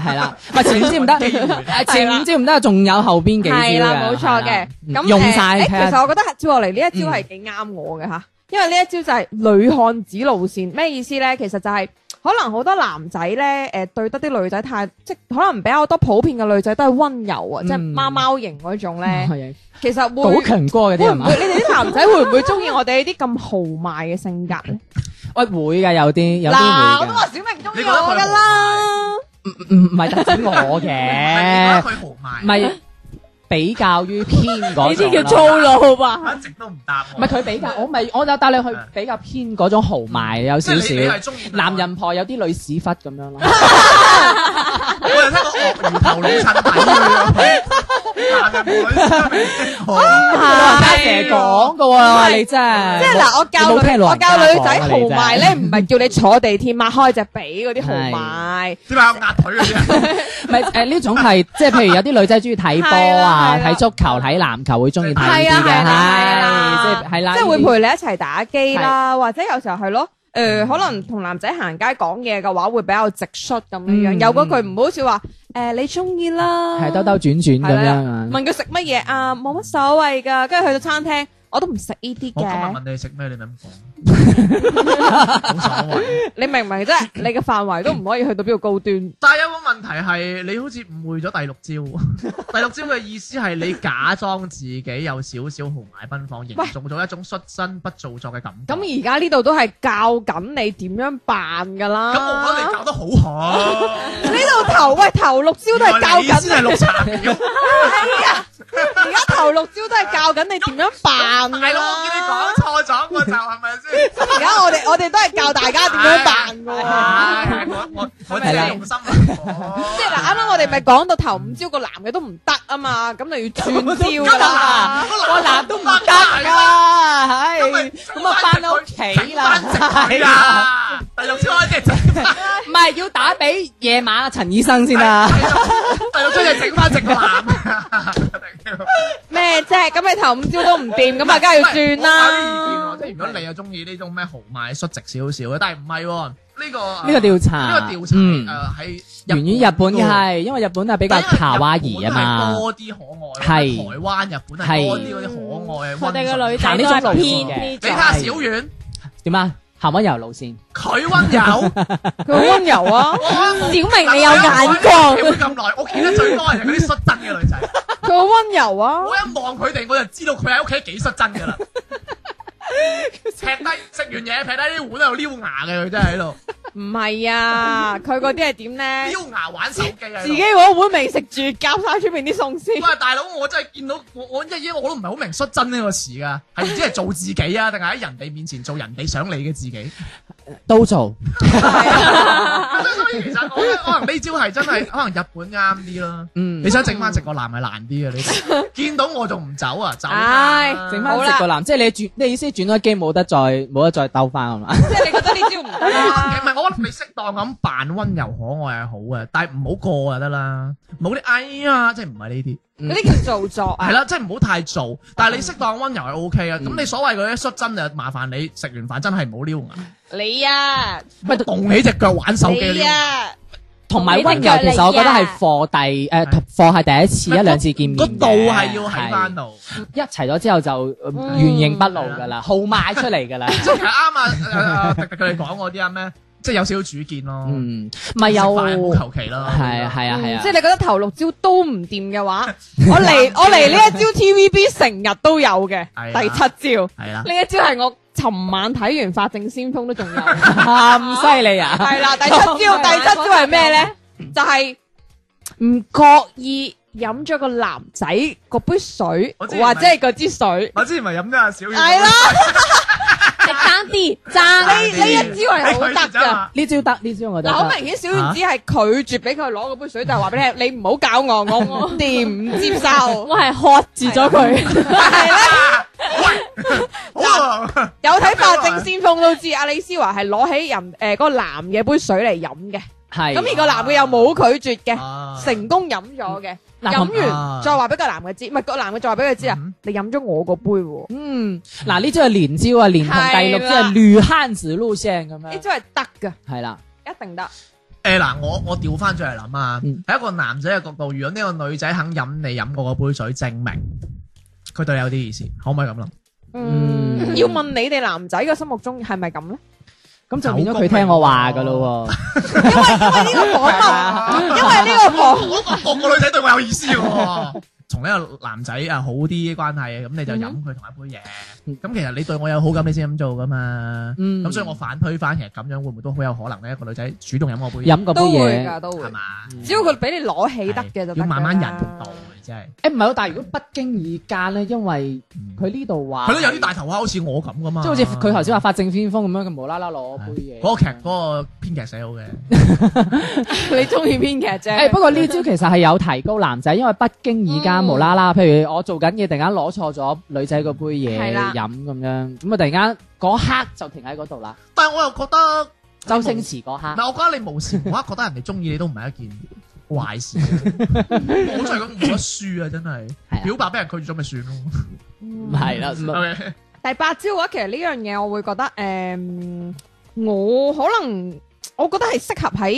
Speaker 2: 系啦，咪前五招唔 得，誒前
Speaker 5: 係
Speaker 2: 五
Speaker 5: 啦
Speaker 2: 招唔得，仲有後邊幾招嘅啊
Speaker 5: 係啦，冇錯嘅。
Speaker 2: 係啦嗯
Speaker 5: 咁
Speaker 2: 用
Speaker 5: 誒
Speaker 2: 晒
Speaker 5: 誒
Speaker 2: 睇下嗯
Speaker 5: 其實我覺得接落嚟呢一招係幾啱我嘅吓，因為呢一招就係女漢子路線。咩意思咧？其實就係可能好多男仔咧，誒對得啲女仔太，即係可能比較多普遍嘅女仔都係温柔啊，即係
Speaker 2: 嗯
Speaker 5: 貓貓型嗰種 咧。
Speaker 2: 係啊
Speaker 5: 其實會
Speaker 2: 賭強哥嗰啲
Speaker 5: 會
Speaker 2: 係
Speaker 5: 唔
Speaker 2: 嘛
Speaker 5: 會？？你哋啲男仔會唔會中意我哋呢啲咁豪邁嘅性格咧？
Speaker 2: 喂會㗎，有啲有
Speaker 5: 嗱，
Speaker 2: 啲
Speaker 5: 我
Speaker 2: 會
Speaker 5: 都
Speaker 2: 嘅
Speaker 5: 話小明中
Speaker 1: 你
Speaker 5: 意
Speaker 1: 覺得佢
Speaker 5: 我
Speaker 1: 係
Speaker 5: 噶
Speaker 1: 豪
Speaker 5: 啦。
Speaker 2: 啊唔唔係特指我
Speaker 1: 係
Speaker 2: 嘅，
Speaker 1: 你覺得佢豪
Speaker 2: 唔
Speaker 1: 邁，
Speaker 2: 係比較於偏嗰
Speaker 3: 呢
Speaker 2: 種
Speaker 3: 啲
Speaker 2: 咯
Speaker 3: 叫粗魯吧？
Speaker 1: 一直都唔答我。
Speaker 2: 唔係佢比較，我咪我就帶你去比較偏嗰種豪邁有
Speaker 1: 即
Speaker 2: 少
Speaker 1: 係你你係
Speaker 2: 少。
Speaker 1: 中意佢
Speaker 2: 男人婆有啲女屎忽咁樣咯，
Speaker 1: 我又聽過鱷魚頭老襯底嘅，男人女生未識我。
Speaker 2: 大家成日講噶喎，你真係
Speaker 5: 即係嗱，我教
Speaker 2: 你冇聽
Speaker 5: 女
Speaker 2: 老
Speaker 5: 我
Speaker 2: 人家
Speaker 5: 教女仔豪
Speaker 2: 講啊
Speaker 5: 邁
Speaker 2: 你
Speaker 5: 咧，唔係叫你坐地鐵擘開隻髀嗰啲豪邁，
Speaker 1: 點解有壓腿嗰啲啊？
Speaker 2: 唔係誒呢種 係即係譬如有啲女仔中意睇波啊、
Speaker 5: 係啦係啦
Speaker 2: 睇足球、睇籃球會中意睇呢
Speaker 5: 係啊
Speaker 2: 啲嘅，
Speaker 5: 係啦
Speaker 2: 係即係係啦，
Speaker 5: 即係
Speaker 2: 呢
Speaker 5: 會
Speaker 2: 啲
Speaker 5: 陪你一齊打機啦，或者有時候係咯。誒、
Speaker 2: 嗯
Speaker 5: 可能同男仔行街講嘢嘅話，會比較直率咁樣樣，
Speaker 2: 嗯
Speaker 5: 有嗰句唔好好似話誒你中意啦，
Speaker 2: 係兜兜轉轉咁樣啊。
Speaker 5: 問佢食乜嘢啊，冇乜所謂㗎。跟住去到餐廳，我都唔食呢啲
Speaker 1: 我今日
Speaker 5: 嘅
Speaker 1: 問，你食咩，你咪咁講，冇 所謂。
Speaker 5: 你明唔明啫？你嘅範圍都唔可以去到邊度高端。
Speaker 1: 但係有個問題係，你好似誤會咗第六 招。第六招嘅意思係你假裝自己有少少豪邁奔放，營造咗一種率真不做作嘅感覺。
Speaker 5: 咁而家呢度都係教緊你點樣扮㗎啦。
Speaker 1: 咁我覺得你搞得好 好，
Speaker 5: 呢度頭喂頭六招都係
Speaker 1: 原來
Speaker 5: 教
Speaker 1: 你
Speaker 5: 緊
Speaker 1: 先係綠茶婊。
Speaker 5: 而家頭六招都係教緊你點樣扮
Speaker 1: 大
Speaker 5: 㗎
Speaker 1: 佬，
Speaker 5: 啦
Speaker 1: 我見你講錯咗嗰集係咪先？
Speaker 5: 而家我哋我哋都係教大家點樣扮㗎
Speaker 1: 係
Speaker 5: 喎。
Speaker 1: 啊我我我真係用心良苦
Speaker 5: 即係嗱，啱啱我哋咪講到頭五招個男嘅都唔得啊嘛，咁就要轉
Speaker 2: à.
Speaker 5: 招啦。
Speaker 1: 個男都唔得
Speaker 2: 啊，唉，
Speaker 1: 咪
Speaker 2: 咁啊翻屋企啦，
Speaker 1: 係
Speaker 2: 係啊，
Speaker 1: 啊！第六招開隻整翻，
Speaker 2: 唔係要打俾夜晚啊陳醫生先啦。
Speaker 1: 第六招就整翻 直個男。
Speaker 5: 咩啫？咁你頭五招都唔掂，咁啊，梗係要轉
Speaker 1: 我有啲意見
Speaker 5: 啦
Speaker 1: 喎。即係如果你又中意呢種咩豪邁率直少少嘅，但係唔係喎？呢個
Speaker 2: 呢個調查，
Speaker 1: 呢個調
Speaker 2: 嗯
Speaker 1: 查誒喺
Speaker 2: 源於日本嘅
Speaker 1: 喎
Speaker 2: 係，因為日本係比較卡哇伊啊嘛，
Speaker 1: 多啲可愛，台灣、日本係多啲嗰啲可愛嘅
Speaker 3: 我哋嘅女仔
Speaker 2: 行呢
Speaker 3: 都
Speaker 2: 種
Speaker 3: 係
Speaker 2: 路線
Speaker 3: 偏
Speaker 2: 嘅
Speaker 3: 呢
Speaker 1: 你睇
Speaker 3: 種。
Speaker 1: 下小遠，
Speaker 2: 點啊？行温柔路線，
Speaker 1: 佢温柔，
Speaker 5: 佢好温柔啊，
Speaker 3: 小明你有眼光，
Speaker 1: 咁耐，我見得最多係嗰啲率真嘅女仔。
Speaker 5: 佢好温柔啊。
Speaker 1: 我一望佢哋，我就知道佢喺屋企幾率真噶啦。劈低食完嘢，劈低啲碗喺度撩牙嘅，佢真係喺度
Speaker 5: 唔係啊，佢嗰啲係點咧？
Speaker 1: 撩牙玩手機啊！
Speaker 5: 自己嗰碗未食住，夾晒出面啲餸先。
Speaker 1: 喂，大佬，我真係見到我我一嘢我都唔係好明率真呢個詞噶，係唔知係做自己啊，定係喺人哋面前做人哋想你嘅自己。
Speaker 2: 都做。
Speaker 1: 所以其實我覺得可能呢招係真係可能日本啱啲啦。
Speaker 2: 嗯
Speaker 1: 你想整翻直個男係難啲嘅，啊你哋見到我仲唔走啊？走啦！
Speaker 5: 唉
Speaker 2: 整翻直個男，即係你轉，你意思轉咗機冇得再冇得再兜翻係 嘛？
Speaker 5: 即係你覺得呢招唔得啦
Speaker 1: 唔係，我覺得啊你適當咁扮温柔可愛係好嘅，但係唔好過就得啦，冇啲哎呀，即係唔係呢啲，
Speaker 5: 嗰啲叫做作啊
Speaker 1: 嗯係。啦，即係唔好太做，但係你適當温柔係 O K 啊。咁你所謂嗰啲率真就麻煩你食完飯真係唔好撩牙，
Speaker 5: 你啊，
Speaker 1: 咪動起隻腳玩手機
Speaker 5: 你
Speaker 3: 哎
Speaker 1: 撩牙。
Speaker 5: 啊，
Speaker 2: 同埋温柔，其實我覺得係課第誒課係第一次一兩次見面
Speaker 1: 個
Speaker 2: 嘅
Speaker 1: 度係要喺翻度，
Speaker 2: 一齊咗之後就呃原形畢露㗎啦，豪邁出嚟 㗎啦。
Speaker 1: 即係啱啊！誒誒迪迪佢哋講嗰啲啊咩，即係有少少主見咯，
Speaker 2: 嗯，咪
Speaker 1: 食
Speaker 2: 有
Speaker 1: 飯唔好
Speaker 2: 係
Speaker 1: 求其啦，
Speaker 2: 係啊係啊，
Speaker 5: 啊即係你覺得頭六招都唔掂嘅 話，我嚟我嚟呢一招 TVB 成日都有嘅
Speaker 1: 係啊
Speaker 5: 第七招，
Speaker 1: 係啦。
Speaker 5: 呢一招係我尋晚睇完《法證先鋒》都仲 有。
Speaker 2: 咁犀利啊！
Speaker 1: 哦啊
Speaker 5: 係啦，第七招第七招係咩咧？就係唔覺意飲咗個男仔嗰杯水，
Speaker 1: 我
Speaker 5: 或
Speaker 1: 知
Speaker 5: 者
Speaker 1: 唔係
Speaker 5: 係嗰支水。
Speaker 1: 我之前咪飲咗阿小丸，
Speaker 5: 係
Speaker 1: 啦，
Speaker 3: 食單啲， 爭
Speaker 5: 你
Speaker 1: 哎
Speaker 5: 呢一招係好得㗎。
Speaker 2: 呢招得，呢招我覺
Speaker 5: 嗱，好
Speaker 2: 得。
Speaker 5: 明顯，小丸子係拒絕俾佢攞嗰杯水，就係話俾你聽，你唔好搞我，我唔掂，唔接受。
Speaker 3: 我係喝住咗佢，
Speaker 1: 哎
Speaker 5: 係咧，
Speaker 1: 好 啊，
Speaker 5: 有睇《法證先鋒》都知，阿李思華係攞起人誒嗰個男嘅杯水嚟飲嘅，
Speaker 2: 係。
Speaker 5: 咁而個男嘅又冇拒絕嘅。
Speaker 1: 啊
Speaker 5: 成功飲咗嘅，
Speaker 2: 嗱
Speaker 5: 飲
Speaker 1: 啊
Speaker 5: 完再話俾個男嘅知，唔係個男嘅再話俾佢知啊
Speaker 1: 嗯，
Speaker 5: 你飲咗我個杯喎，
Speaker 2: 嗯，嗱呢招係連招啊，連同第六招
Speaker 5: 係啦
Speaker 2: 係女漢子路線咁
Speaker 5: 呢
Speaker 2: 樣。
Speaker 5: 招係得㗎，
Speaker 2: 係啦，
Speaker 5: 一定得。
Speaker 1: 誒嗱，我我調翻轉嚟諗啊，
Speaker 2: 嗯
Speaker 1: 喺一個男仔嘅角度，如果呢個女仔肯飲你飲過嗰杯水，證明佢對你有啲意思，可唔可以咁諗？
Speaker 2: 嗯
Speaker 5: 嗯，要問你哋男仔嘅心目中係咪咁咧？
Speaker 2: 咁就變咗佢聽我話㗎 咯
Speaker 5: 因為呢個 訪問，因為呢個訪，
Speaker 1: 我覺得個女仔對我有意思喎。 同呢個男仔啊好啲關係，咁你就飲佢同一杯嘢。咁其實你對我有好感，你先咁做噶嘛。
Speaker 2: 嗯
Speaker 1: 咁所以我反推翻，其實咁樣會唔會都好有可能呢？一個女仔主動飲我杯
Speaker 2: 喎，
Speaker 1: 嘢，
Speaker 2: 飲嗯嗰杯
Speaker 5: 都會
Speaker 2: 嘢
Speaker 5: 㗎，。都會
Speaker 1: 係。嘛？
Speaker 5: 只要佢俾你攞起得嘅就得㗎
Speaker 1: 要
Speaker 5: 啦
Speaker 1: 慢慢引導嘅，真係。
Speaker 2: 誒唔係喎，但係如果不經意間咧，因為佢呢度話
Speaker 1: 佢都有啲大頭蝦，啊好似我咁噶嘛。
Speaker 2: 啊即係好似佢頭先話發正先鋒咁樣，佢無啦啦攞杯嘢。
Speaker 1: 嗰個劇嗰個編劇寫好嘅，
Speaker 5: 你中意編劇
Speaker 2: 誒
Speaker 5: 啫。
Speaker 2: 不過呢招其實係有提高男仔，因為不經意間無啦啦，譬如我做緊嘢，突然間攞錯咗女仔嗰杯嘢
Speaker 5: 係啦
Speaker 2: 飲咁樣，咁啊突然間嗰刻就停喺嗰度啦。
Speaker 1: 但係我又覺得
Speaker 2: 周星馳嗰
Speaker 1: 唔
Speaker 2: 刻，
Speaker 1: 係，我覺得你無時無刻覺得人哋中意你都唔係一件 壞事。我真係咁冇得輸啊！真
Speaker 2: 係啊
Speaker 1: 係表白俾人拒絕咗咪算咯。
Speaker 2: 唔嗯係啦，唔
Speaker 1: OK，
Speaker 5: 第八招嘅話，其實呢樣嘢我會覺得，誒，我可能我覺得係適合喺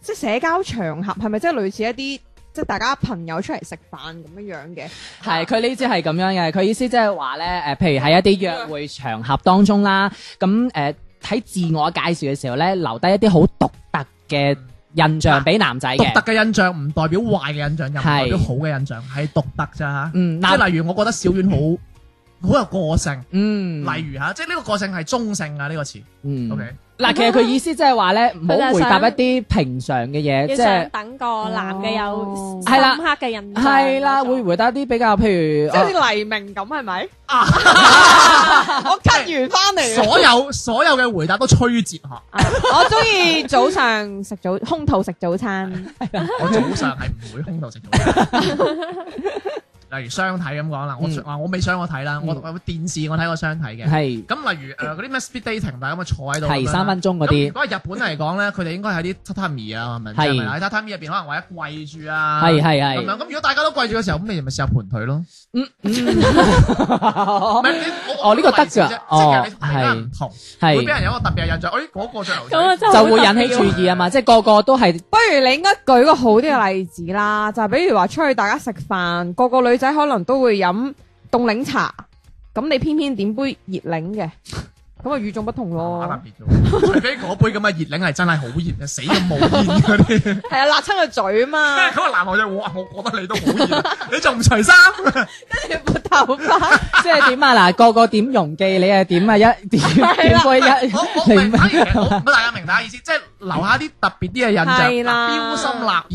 Speaker 5: 即係社交場合，係咪即係類似一啲即係大家朋友出嚟食飯咁樣樣嘅？
Speaker 2: 係佢呢招係咁樣嘅，佢意思即係話咧，誒、譬如喺一啲約會場合當中啦，咁誒喺自我介紹嘅時候咧，留低一啲好獨特嘅印象俾男仔
Speaker 1: 獨特
Speaker 2: 嘅。
Speaker 1: 嘅印象唔代表壞嘅印象，又唔代表好嘅印象，係獨特咋嚇。
Speaker 2: 嗯，
Speaker 1: 即
Speaker 2: 嗱，
Speaker 1: 係例如，我覺得小丸好好有個性。
Speaker 2: 嗯，
Speaker 1: 例如嚇，即係呢個個性係中性啊呢個詞。
Speaker 2: 嗯
Speaker 1: OK，
Speaker 2: 嗱，其實佢意思即係話咧，唔好回答一啲平常嘅 嘢，
Speaker 3: 要
Speaker 2: 即係
Speaker 3: 想等個男嘅有
Speaker 2: 係啦
Speaker 3: 深刻嘅印象。
Speaker 2: 係啦，會回答一啲比較譬如
Speaker 5: 即係好
Speaker 2: 誒
Speaker 5: 似黎明咁係咪？ 我 cut 完翻嚟啦，
Speaker 1: 所有所有嘅回答都吹哲學。
Speaker 5: 我中意早上食早空肚食早餐，
Speaker 1: 我早上係唔會空肚食早餐。 例如相睇咁講啦，我
Speaker 2: 嗯
Speaker 1: 話我未相過睇啦，我我電視我睇過相睇嘅。
Speaker 2: 係
Speaker 1: 咁例如誒呃嗰啲咩 speed dating 大家咪坐喺度
Speaker 2: 嗯
Speaker 1: 咁樣
Speaker 2: 係
Speaker 1: 啦，
Speaker 2: 三分鐘嗰
Speaker 1: 咁如
Speaker 2: 啲，
Speaker 1: 果係日本嚟講咧，佢哋應該喺啲榻榻米啊，係咪？
Speaker 2: 係
Speaker 1: 係咪啦喺榻榻米入邊可能或者跪住啊，
Speaker 2: 係係
Speaker 1: 咁樣。
Speaker 2: 係，
Speaker 1: 咁如果大家都跪住嘅時候，咁你咪試下盤腿咯。 唔係你我
Speaker 2: 哦呢個得㗎
Speaker 1: 即係其實你同其他人唔同，會俾
Speaker 2: 係
Speaker 1: 人有一個特別嘅印象。誒嗰個著牛仔
Speaker 3: 咁啊，真係
Speaker 2: 就
Speaker 3: 好
Speaker 2: 會
Speaker 3: 特
Speaker 2: 引起
Speaker 3: 別
Speaker 2: 注意啊嘛，即係個個都係
Speaker 5: 不如你應該舉個好啲嘅例子啦，就係比如話出去大家食飯，個個女仔可能都會飲凍檸茶，咁你偏偏點杯熱檸嘅，咁啊與眾不同
Speaker 2: 哦
Speaker 1: 好特
Speaker 5: 咯。
Speaker 1: 別啫喎除非嗰杯咁嘅熱檸係真係好熱嘅，死都冇煙嗰啲。
Speaker 5: 係啊，辣親個嘴啊嘛，
Speaker 1: 嗰個男學就哇，我覺得你都好熱，你仲唔除衫？
Speaker 5: 撥頭髮，
Speaker 2: 即係點啊？嗱，個個點容記，你係點啊？一點點杯一，
Speaker 1: 我我明，反而其實我唔係大家明大家意思，即係留下啲特別啲嘅印象，
Speaker 5: 係啦
Speaker 1: 標心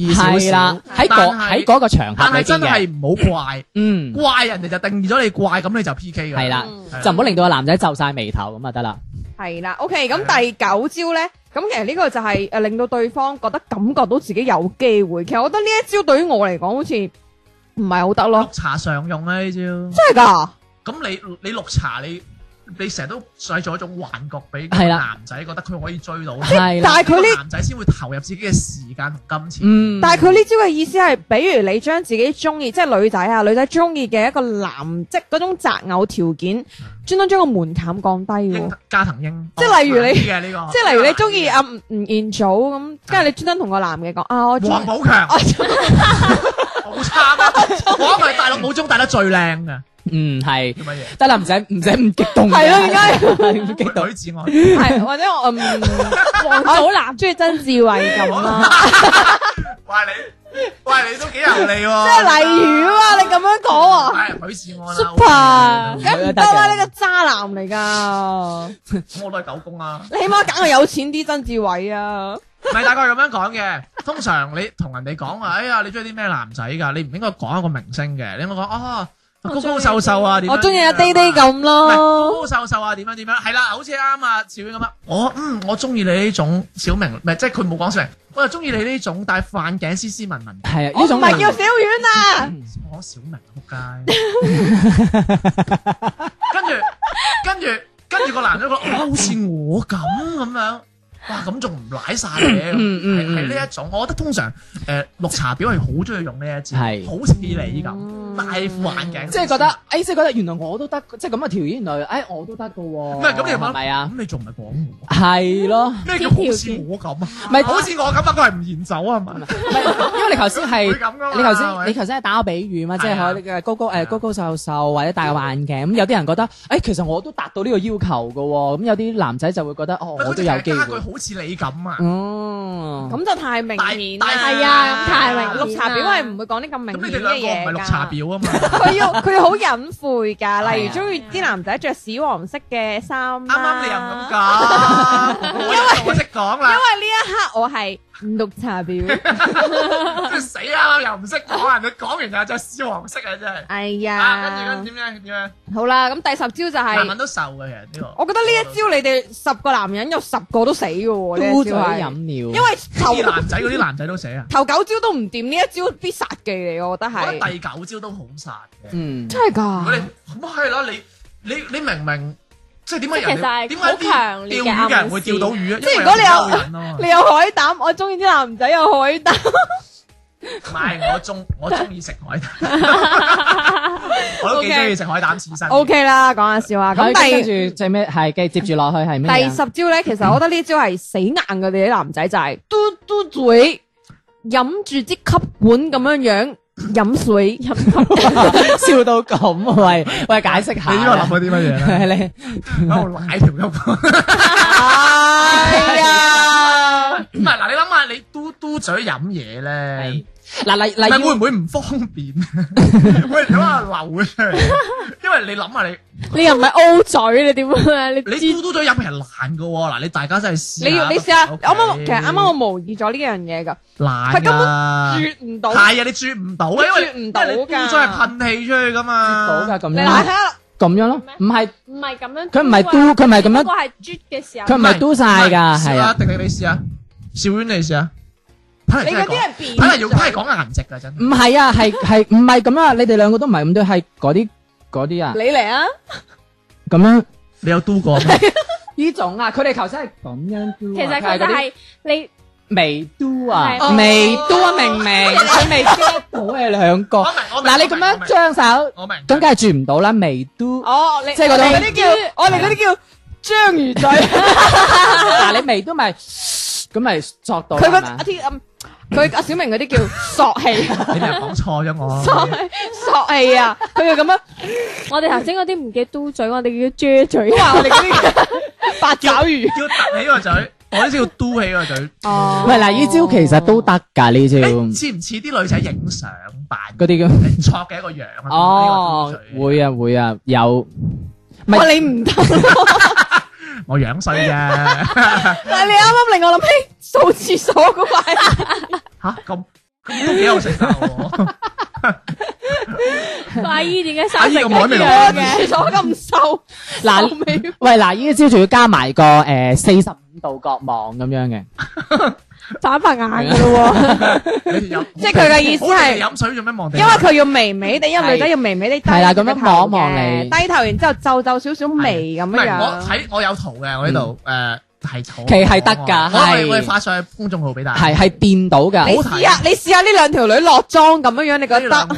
Speaker 1: 立異少
Speaker 2: 係啦
Speaker 1: 少。，
Speaker 2: 喺嗰喺嗰個場合
Speaker 1: 但
Speaker 2: 裏
Speaker 1: 係
Speaker 2: 邊
Speaker 1: 真
Speaker 2: 嘅，
Speaker 1: 係唔好怪，
Speaker 2: 嗯，
Speaker 1: 怪人哋就定義咗你怪，咁你就 P K 㗎。
Speaker 2: 係啦
Speaker 1: 係啦，
Speaker 2: 就唔好令到個男仔皺晒眉頭咁啊得啦，
Speaker 5: 係啦，OK，咁第九招咧，咁其實呢個就係誒令到對方覺得感覺到自己有機會。其實我覺得呢一招對於我嚟講好似唔係好得咯
Speaker 1: 綠，茶常用啊呢招。
Speaker 5: 真係㗎。
Speaker 1: 咁你你綠茶你你成日都製造一種幻覺俾個
Speaker 2: 係啦
Speaker 1: 男仔覺得佢可以追到你，
Speaker 2: 係
Speaker 5: 但
Speaker 2: 啦，
Speaker 5: 係佢呢，
Speaker 1: 男仔先會投入自己嘅時間同金錢。
Speaker 2: 嗯，
Speaker 5: 但係佢呢招嘅意思係，比如你將自己中意，即係女仔啊，女仔中意嘅一個男，即係嗰種擇偶條件，
Speaker 2: 嗯
Speaker 5: 專登將個門檻降低
Speaker 1: 英
Speaker 5: 喎。
Speaker 1: 加藤英，
Speaker 5: 即係例如你
Speaker 1: 嘅呢個，
Speaker 5: 即係例如你中意阿嗯吳吳彥祖咁，跟住你專登同個男嘅講啊， 我中
Speaker 1: 王寶強，好差 啊！我係大陸武中打得最靚嘅，
Speaker 2: 嗯係，
Speaker 1: 叫乜嘢？
Speaker 2: 得啦，唔使唔使咁激動嘅，
Speaker 5: 係咯 點
Speaker 2: 解咁激動？
Speaker 1: 女子愛，
Speaker 5: 係或者 我嗯
Speaker 3: 王祖藍
Speaker 5: 中意曾志偉咁啦。啊
Speaker 1: 喂你，喂你都幾有油嚟喎，
Speaker 5: 即係例如啊，你咁樣講啊
Speaker 1: 唉，許志安啦
Speaker 5: ，super，
Speaker 2: 好
Speaker 5: 梗唔得啦，你個渣男嚟噶，
Speaker 1: 咁我都係狗公啦。
Speaker 5: 你起碼梗係有錢啲曾志偉啊，
Speaker 1: 唔係大概係咁樣講嘅。通常你同人哋講話，哎呀，你中意啲咩男仔㗎？你唔應該講一個明星嘅，你應該講哦，高高瘦瘦啊，點樣
Speaker 5: 我中意阿
Speaker 1: 點樣
Speaker 5: 滴滴
Speaker 1: 啊
Speaker 5: 咁
Speaker 1: 唔係
Speaker 5: 咯，
Speaker 1: 高高瘦瘦啊，點樣點樣，係啦，好似啱啊，小英咁啊，我嗯，我中意你呢種小明，唔係即係佢冇講小明，我就中意你呢種戴副眼鏡斯斯文文，
Speaker 2: 係啊，
Speaker 5: 我
Speaker 2: 呢
Speaker 5: 唔
Speaker 2: 種
Speaker 5: 係叫小丸
Speaker 1: 嗯
Speaker 5: 啊，
Speaker 1: 我小明仆街，跟住跟住跟住個 男仔講，哇，好似我咁咁樣。哇，咁仲唔賴晒嘅？
Speaker 2: 嗯嗯嗯
Speaker 1: 係係呢一種，我覺得通常誒綠茶婊係好中意用呢一招，
Speaker 2: 係
Speaker 1: 好似你咁戴副眼鏡，
Speaker 2: 即係覺得，誒，即係覺得原來我都得，即係咁嘅條件，原來誒我都得噶喎。唔
Speaker 1: 唔係咁你
Speaker 2: 係
Speaker 1: 話
Speaker 2: 咪啊？
Speaker 1: 咁你仲唔係講我？
Speaker 2: 係咯，
Speaker 1: 咩叫好似我咁啊？
Speaker 2: 唔係
Speaker 1: 好似我咁啊，佢係唔研酒啊，係咪？
Speaker 2: 唔係因為你頭先係
Speaker 1: 會咁噶嘛
Speaker 2: 你頭
Speaker 1: 係咪
Speaker 2: 先你頭先係打個比喻嘛，即係
Speaker 1: 係啊
Speaker 2: 可能高高
Speaker 1: 係啊
Speaker 2: 誒高高瘦瘦或者戴個眼鏡，咁有啲人覺得，誒其實我都達到呢個要求噶喎，咁有啲男仔就會覺得，哦我都有機
Speaker 1: 家具
Speaker 2: 會。嗯
Speaker 1: 好似你咁啊，
Speaker 2: 哦，
Speaker 5: 咁就太明顯啦，
Speaker 1: 大大
Speaker 3: 係啊太明顯啦
Speaker 5: 綠茶婊係唔會講啲咁明
Speaker 1: 咁你哋
Speaker 5: 顯
Speaker 1: 兩個
Speaker 5: 嘅
Speaker 1: 唔係
Speaker 5: 嘢
Speaker 1: 綠茶
Speaker 5: 㗎。
Speaker 1: 婊啊嘛？
Speaker 5: 佢要佢好隱晦㗎，
Speaker 2: 係
Speaker 5: 例
Speaker 2: 啊
Speaker 5: 如中意啲男仔着屎黃色嘅衫
Speaker 1: 啱啱
Speaker 5: 啦。
Speaker 1: 你又唔咁講，我我識講啦，
Speaker 5: 因為呢一刻我係綠 茶婊。
Speaker 1: 即係死啦，又唔識講，人哋講完就就屎黃色啊，真係。
Speaker 5: 哎
Speaker 1: 啊，跟
Speaker 5: 呀，
Speaker 1: 住跟住點樣點樣？
Speaker 5: 好啦，咁第十招就
Speaker 1: 男
Speaker 5: 係、
Speaker 1: 人都瘦嘅，其實呢個。
Speaker 5: 我覺得呢一招你哋十個男人有十個都死嘅喎，呢
Speaker 2: 嘟
Speaker 5: 一
Speaker 2: 嘴
Speaker 5: 招係，
Speaker 2: 飲
Speaker 5: 因
Speaker 2: 料，
Speaker 5: 為頭
Speaker 1: 啲男仔嗰啲男仔都死啊，
Speaker 5: 頭九招都唔掂，呢一招必殺技嚟，我覺得
Speaker 1: 我覺得
Speaker 5: 係。
Speaker 1: 第九招都好殺嘅。
Speaker 2: 嗯，
Speaker 5: 真係
Speaker 1: 如果
Speaker 5: 㗎，
Speaker 1: 你咁係啦，你你你明明即係點解
Speaker 3: 即
Speaker 1: 人
Speaker 3: 係
Speaker 1: 哋
Speaker 3: 其實係
Speaker 1: 點解
Speaker 3: 好強烈
Speaker 1: 啲
Speaker 3: 嘅
Speaker 1: 釣魚嘅
Speaker 3: 暗
Speaker 1: 人
Speaker 3: 示
Speaker 1: 會釣到魚啊？
Speaker 5: 即係
Speaker 1: 因為
Speaker 5: 如果你有
Speaker 1: 人啊嘛
Speaker 5: 你有海膽，我中意啲男仔有海膽。
Speaker 1: 唔係，我中我中意食海膽， 我都幾中意食海膽刺身。
Speaker 5: O K 啦，講下笑啊。咁
Speaker 2: 咁
Speaker 5: 第
Speaker 2: 跟住最尾係繼續接住落去係咩
Speaker 5: 第
Speaker 2: 嘢
Speaker 5: 十招咧，其實我覺得呢招係死硬嘅，你啲男仔就係嘟嘟嘴，飲住啲吸管咁樣樣 飲水，
Speaker 2: 啊？ 笑到咁，喂喂，解釋下。
Speaker 1: 你知 我諗嗰啲乜嘢咧？
Speaker 2: 係你
Speaker 1: 喺度舐條音。
Speaker 5: 係啊，
Speaker 1: 唔係嗱，你諗下，你嘟嘟嘴飲嘢咧，
Speaker 2: 嗱例
Speaker 1: 係
Speaker 2: 例
Speaker 1: 會
Speaker 2: 如
Speaker 1: 唔會唔方便？會諗下流嘅出嚟，因為你諗下你
Speaker 3: 你又唔係 O 嘴，你點啊？你
Speaker 1: 你嘟嘟嘴飲其實難嘅喎。嗱，你大家真係試下
Speaker 5: 你要你試下，
Speaker 1: 屋
Speaker 5: 啱
Speaker 1: 企
Speaker 5: 啱其實啱啱我模擬咗呢樣嘢噶，
Speaker 1: 難
Speaker 5: 佢根
Speaker 1: 㗎。
Speaker 5: 啜唔到，
Speaker 1: 係啊，你啜唔到啊，因為
Speaker 5: 啜唔到
Speaker 1: 因
Speaker 5: 㗎
Speaker 1: 為你嘟咗係噴氣出去噶嘛。
Speaker 2: 到㗎咁
Speaker 5: 你
Speaker 2: 樣
Speaker 5: 睇下，
Speaker 2: 咁樣咯
Speaker 3: 咩，
Speaker 2: 唔係
Speaker 3: 唔係咁樣，
Speaker 2: 佢唔係嘟佢唔係咁樣
Speaker 3: 不過係啜嘅時候
Speaker 2: 佢唔係嘟晒㗎，係啊。
Speaker 1: 迪你你試下，小丸你試下。睇嚟
Speaker 5: 你
Speaker 1: 真係講
Speaker 5: 嗰啲係扁
Speaker 1: 睇嚟用睇嚟
Speaker 5: 嘴，
Speaker 1: 講顏值㗎真係。
Speaker 2: 唔係啊，係係唔係咁啊？你哋兩個都唔係咁對，係嗰啲嗰啲啊，
Speaker 5: 你嚟啊，
Speaker 2: 咁樣
Speaker 1: 你有嘟過？
Speaker 2: 呢種啊，佢哋頭先係咁樣嘟
Speaker 3: 其實佢就係你
Speaker 2: 未嘟啊，
Speaker 3: 係
Speaker 2: 未嘟啊，明明佢未 get 到你兩個。
Speaker 1: 我明我明
Speaker 2: 嗱，你咁
Speaker 1: 我
Speaker 2: 樣
Speaker 1: 明
Speaker 2: 張手，咁
Speaker 1: 我明。
Speaker 2: 梗係住唔到啦，未嘟。
Speaker 5: 哦，你
Speaker 2: 即係嗰種
Speaker 5: 我哋啲叫，我哋嗰啲叫章魚嘴，
Speaker 2: 嗱，你未嘟咪咁咪作到
Speaker 5: 佢
Speaker 2: 啦
Speaker 5: 個
Speaker 2: 係
Speaker 5: 阿
Speaker 2: 嘛。
Speaker 5: 啲嗯佢阿小明嗰啲叫索氣，
Speaker 1: 你咪講錯咗我。
Speaker 5: 索氣啊，佢就咁樣。
Speaker 3: 我哋頭先嗰啲唔叫嘟嘴，我哋叫啜嘴
Speaker 5: 都。話我哋嗰啲八爪魚。
Speaker 1: 要突起個嘴，我呢招要嘟起個嘴。
Speaker 5: 哦
Speaker 2: 喂，嗱，呢招其實 都得㗎，呢招
Speaker 1: 誒似唔似啲女仔影相扮
Speaker 2: 嗰啲叫
Speaker 1: 誒錯嘅一個樣啊？
Speaker 2: 哦
Speaker 1: 呢個嘟嘴，
Speaker 2: 會啊會啊有，唔係
Speaker 5: 哇，你唔得，
Speaker 1: 我 樣衰啫。
Speaker 5: 但係你啱啱令我諗起掃廁所 嗰塊。
Speaker 1: 吓咁咁都幾好食 㗎喎。
Speaker 3: 阿姨點解
Speaker 1: 阿
Speaker 3: 生
Speaker 1: 姨
Speaker 3: 成
Speaker 1: 個妹
Speaker 3: 咁
Speaker 1: 未
Speaker 3: 樣？
Speaker 1: 落
Speaker 5: 嘅 廁所咁瘦，
Speaker 2: 嗱
Speaker 5: 後尾
Speaker 2: 喂嗱，呢招仲要加埋個誒四十五度角望咁樣嘅。
Speaker 3: 反白眼噶 咯喎！
Speaker 1: 你有
Speaker 5: 即係佢嘅意思係
Speaker 1: 好你哋飲水做咩望地
Speaker 5: 因為佢要微微地，因為女仔要微微地低
Speaker 2: 係啦
Speaker 5: 個頭
Speaker 2: 咁樣望一望你
Speaker 5: 嘅低頭，然之後皺皺少少眉咁
Speaker 1: 唔
Speaker 5: 樣
Speaker 1: 係我
Speaker 5: 樣。
Speaker 1: 睇我有圖嘅，我呢度誒係好。
Speaker 2: 其實係得㗎
Speaker 1: 我
Speaker 2: 係
Speaker 1: 係我係發上去公眾號俾大家。
Speaker 2: 係係電到噶，
Speaker 5: 你試下，你試下呢兩條女落妝咁樣樣，你
Speaker 1: 呢兩
Speaker 5: 覺得
Speaker 1: 個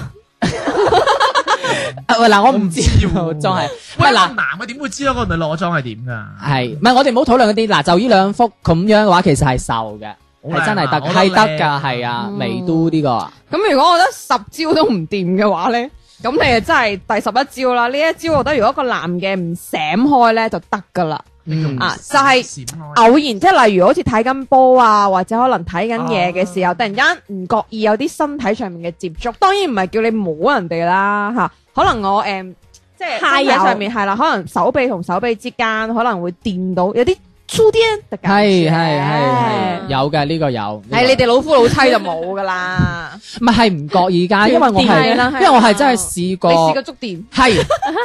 Speaker 2: 啊喂嗱，我唔知
Speaker 1: 我唔知喎
Speaker 2: 裝係，唔
Speaker 1: 喂
Speaker 2: 係
Speaker 1: 嗱，
Speaker 2: 嗱，
Speaker 1: 男嘅點會知道嗰個女裸妝係點㗎？
Speaker 2: 係唔係我哋唔好討論嗰啲嗱，就呢兩幅咁樣嘅話，其實係瘦嘅，
Speaker 1: 好靚啊
Speaker 2: 係真係得，
Speaker 1: 我
Speaker 2: 係得
Speaker 1: 靚啊
Speaker 2: 㗎，係啊，微嘟呢個，
Speaker 5: 咁？如果我覺得十招都唔掂嘅話咧，咁你就真係第十一招啦。呢一招我覺得如果個男嘅唔閃開咧就得㗎啦。
Speaker 2: 嗯
Speaker 5: 啊就係
Speaker 1: 閃開
Speaker 5: 偶然，即係例如好似睇緊波啊，或者可能睇緊嘢嘅時候，突然間唔覺意有啲身體上面嘅接觸，當然唔係叫你摸人哋啦吓、可能我诶、誒即係
Speaker 3: 揩
Speaker 5: 身
Speaker 3: 油
Speaker 5: 體上面係啦，可能手臂同手臂之間可能會掂到有啲觸電嘅感
Speaker 2: 係
Speaker 5: 覺，
Speaker 2: 係係係有嘅呢個有，
Speaker 5: 係你哋老夫老妻就冇噶啦，
Speaker 2: 唔係係唔覺意㗎，因為我係
Speaker 5: 係啦係啦
Speaker 2: 因為我係真係試
Speaker 5: 你試過
Speaker 2: 過，
Speaker 5: 觸電？
Speaker 2: 係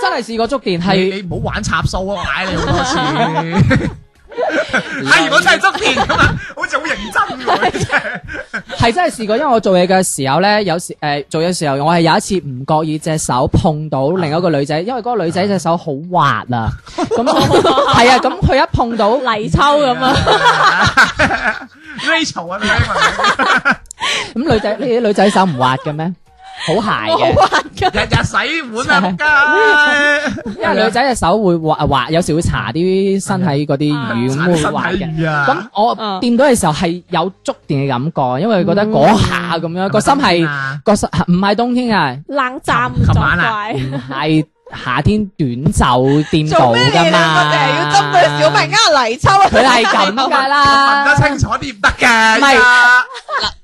Speaker 2: 真係試過觸電
Speaker 1: 你
Speaker 2: 係。
Speaker 1: 你唔好玩插數啊！我嗌你 好多次。係如果真係執電咁啊，好似好認真喎真係。
Speaker 2: 係真係試過，因為我做嘢嘅時候咧，有時誒、呃做嘢嘅時候，我係有一次唔覺意隻手碰到另一個
Speaker 1: 啊
Speaker 2: 女仔，因為嗰個女仔隻手好滑 啊，咁我係啊，咁佢一碰到
Speaker 3: 泥鰍咁啊，
Speaker 1: 啊！Rachel 啊，你聽聞
Speaker 2: 咁女仔呢啲女仔手唔滑嘅咩？好鞋嘅，
Speaker 1: 日日洗碗啊，仆街！
Speaker 2: 因為女仔隻手會滑啊滑，有時會搽啲身體嗰啲乳咁會滑
Speaker 1: 啊身體
Speaker 2: 嘅。
Speaker 1: 語啊，
Speaker 2: 咁我
Speaker 5: 嗯
Speaker 2: 掂到嘅時候係有觸電嘅感覺，因為覺得嗰下咁樣個心
Speaker 1: 係咪冬天
Speaker 2: 係
Speaker 1: 啊
Speaker 2: 個心唔係冬天啊，
Speaker 3: 冷站
Speaker 1: 琴
Speaker 3: 作
Speaker 1: 晚啊
Speaker 3: 怪。
Speaker 2: 唔係夏天短袖掂到
Speaker 5: 做咩你
Speaker 2: 㗎
Speaker 5: 哋兩
Speaker 2: 嘛？
Speaker 5: 個淨係要針對小明呃泥鰍啊？
Speaker 2: 佢係咁㗎
Speaker 1: 問得
Speaker 2: 啦，
Speaker 1: 清楚啲唔得嘅。
Speaker 2: 唔係
Speaker 1: 依家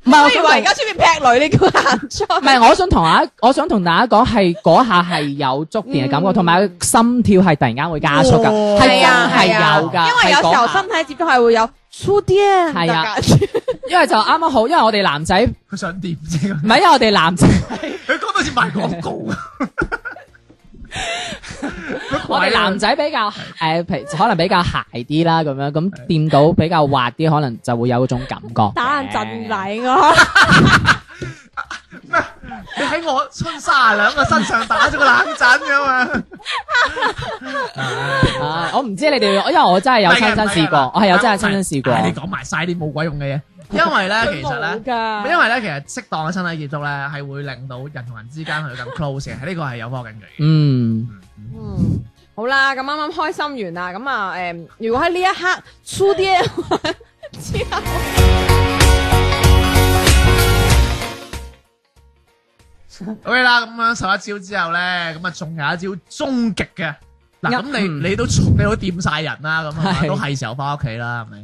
Speaker 2: 唔係
Speaker 5: 我
Speaker 2: 我
Speaker 5: 以
Speaker 2: 想
Speaker 5: 為而
Speaker 2: 同
Speaker 5: 家出面劈女，你叫 行出
Speaker 2: 唔係我想同大家，我想同大家講係嗰下係有觸電嘅感覺，同埋心跳係突然間會加速㗎，
Speaker 1: 哦
Speaker 2: 係
Speaker 5: 係啊
Speaker 2: 係
Speaker 5: 係啊
Speaker 2: 有㗎，
Speaker 5: 因為
Speaker 2: 係
Speaker 5: 有時
Speaker 2: 嗰下
Speaker 5: 候身體接觸係會有粗啲
Speaker 2: 係啊
Speaker 5: 嘅感覺
Speaker 2: 因為就啱啱好，因為我哋男仔唔
Speaker 1: 佢想點啫？
Speaker 2: 係因為我哋男仔，
Speaker 1: 佢講到似賣廣告啊！
Speaker 2: 我哋男仔比較誒，譬如可能比較鞋啲啦，咁樣咁掂到比較滑啲，可能就會有嗰種感覺。
Speaker 3: 打人陣禮 我，
Speaker 1: 你喺我春卅兩個身上打咗個冷震㗎嘛？
Speaker 2: 啊！我唔知你哋，因為我真係有親身試過，我係有真係親身試過。
Speaker 1: 唉你講埋晒啲冇鬼用嘅嘢，因為咧其實咧。
Speaker 5: 噶
Speaker 1: 因為咧，其實適當嘅身體接觸咧，係會令到人同人之間去咁 close 嘅，呢個係有科學根據嘅。
Speaker 2: 嗯，
Speaker 5: 嗯，好啦，咁啱啱開心完啦，咁啊，诶、如果喺呢一刻粗啲之後，
Speaker 1: OK 啦，咁樣十一招之後咧，咁啊仲有一招終極嘅。嗱，咁
Speaker 2: 嗯
Speaker 1: 你你都你都掂晒人啦，咁啊
Speaker 2: 係
Speaker 1: 都係時候翻屋企啦，係咪？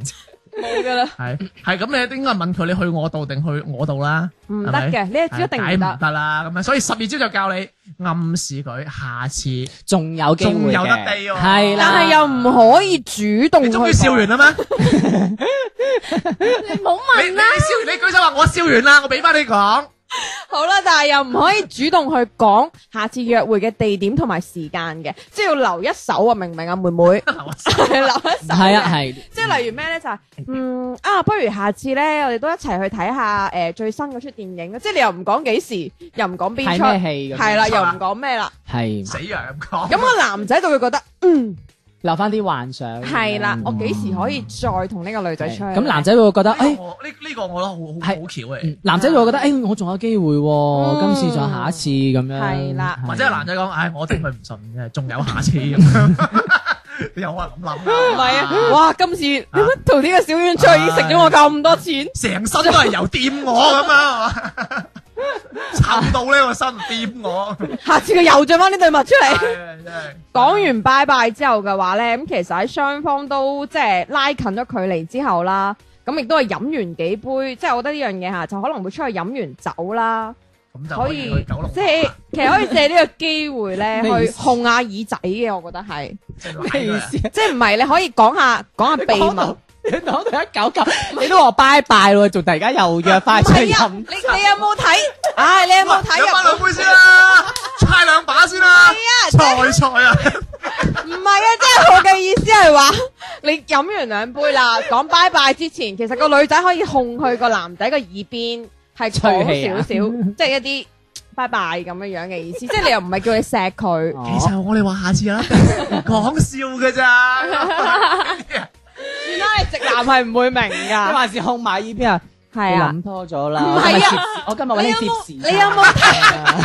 Speaker 5: 冇噶啦，
Speaker 1: 係係咁，你應該問佢你去我度定去我度啦。
Speaker 5: 唔得嘅，呢一招一定
Speaker 1: 係解
Speaker 5: 唔
Speaker 1: 唔
Speaker 5: 得。
Speaker 1: 得啦，咁樣所以十二招就教你暗示佢下次。你
Speaker 2: 仲有機會
Speaker 1: 仲
Speaker 2: 嘅
Speaker 1: 有得地喎
Speaker 2: 係啦，
Speaker 5: 但係又唔可以主動去講。
Speaker 1: 終於笑完啦咩？
Speaker 3: 你冇問
Speaker 1: 你你笑完，你舉手話我笑完啦，我俾翻你講。
Speaker 5: 好啦，但係 又唔可以主動去講下次約會嘅地點同埋時間嘅，即係要留一手啊！明唔明啊，妹妹？留一手。
Speaker 2: 係啊，。係
Speaker 5: 即係例如咩咧，就係、嗯啊，不如下次咧，我哋都一齊去睇下誒、呃最新嗰出電影啊！即係你又唔講幾時，又唔講邊
Speaker 2: 睇
Speaker 5: 出，
Speaker 2: 咩戲咁樣？
Speaker 5: 係啦，又唔講咩啦，
Speaker 2: 係
Speaker 1: 死人咁講。
Speaker 5: 咁、個男仔就會覺得嗯
Speaker 2: 留翻啲幻想。
Speaker 5: 係啦
Speaker 2: 嗯，
Speaker 5: 我幾時可以再同呢個女仔出去？
Speaker 2: 咁男仔會覺得，
Speaker 1: 呢
Speaker 2: 誒
Speaker 1: 個，
Speaker 5: 哎
Speaker 1: 我呢呢個我覺得好好好
Speaker 2: 係
Speaker 1: 巧嘅，
Speaker 2: 嗯男仔會覺得，誒，我仲有機會喎，
Speaker 5: 嗯
Speaker 2: 今次仲有下一次咁樣。
Speaker 5: 係啊啦
Speaker 1: 或者係男仔講，唉，我頂佢唔順嘅，仲有下次 咁樣，你有可能咁諗
Speaker 5: 唔
Speaker 1: 啦，
Speaker 5: 係啊！哇，今次同呢個小丸菜已經食咗我咁多錢，
Speaker 1: 成身都係油掂我咁啊樣，撐到呢個身掂 我，
Speaker 5: 下次佢又着翻呢對襪出
Speaker 2: 啊
Speaker 5: 嚟。
Speaker 1: 唉真係
Speaker 5: 哎講完拜拜之後嘅話呢，咁其實喺雙方都即係拉近咗距離之後啦，咁亦都係飲完幾杯，即係我覺得呢樣嘢嚇就可能會出去飲完酒啦，
Speaker 1: 咁就
Speaker 5: 可
Speaker 1: 可
Speaker 5: 以
Speaker 1: 以去九龍
Speaker 5: 即係其實可以借呢個機會呢
Speaker 2: 咩意
Speaker 5: 去
Speaker 2: 思
Speaker 5: 控下耳仔嘅，我覺得係，
Speaker 1: 即係
Speaker 2: 咩意
Speaker 1: 懶
Speaker 2: 思
Speaker 1: 㗎
Speaker 2: 啊？
Speaker 5: 即係唔係你可以講下講下秘
Speaker 2: 講
Speaker 5: 密
Speaker 2: 到。 你講到一九九，你都話拜拜咯，仲突然間又約翻出
Speaker 5: 唔
Speaker 2: 去
Speaker 5: 係啊，
Speaker 2: 飲
Speaker 5: 你。你有冇睇？唉，你有冇睇
Speaker 1: 飲翻兩
Speaker 5: 日
Speaker 1: 杯先啦，猜兩把先啦，
Speaker 5: à,
Speaker 1: 菜菜啊，
Speaker 5: 本？唔係啊，即係我嘅意思係話，你飲完兩杯啦，講拜拜之前，其實個女仔可以控去個男仔個耳邊，係
Speaker 2: 吹氣
Speaker 5: 講
Speaker 2: 啊
Speaker 5: 少少，即係一啲拜拜咁樣樣嘅意思，即係你又唔係叫你錫佢。
Speaker 2: 哦
Speaker 1: 其實我哋話下次啦，講笑嘅咋。
Speaker 5: 原來直男係唔會明
Speaker 2: 你
Speaker 5: 㗎，
Speaker 2: 還是控埋耳邊啊？
Speaker 5: 係
Speaker 2: 你
Speaker 5: 啊。
Speaker 2: 諗多咗啦。
Speaker 5: 唔係啊
Speaker 2: 我今日揾你
Speaker 5: 你有
Speaker 2: 貼
Speaker 5: 冇
Speaker 2: 士。啊
Speaker 5: 你有冇
Speaker 2: 睇？
Speaker 5: à.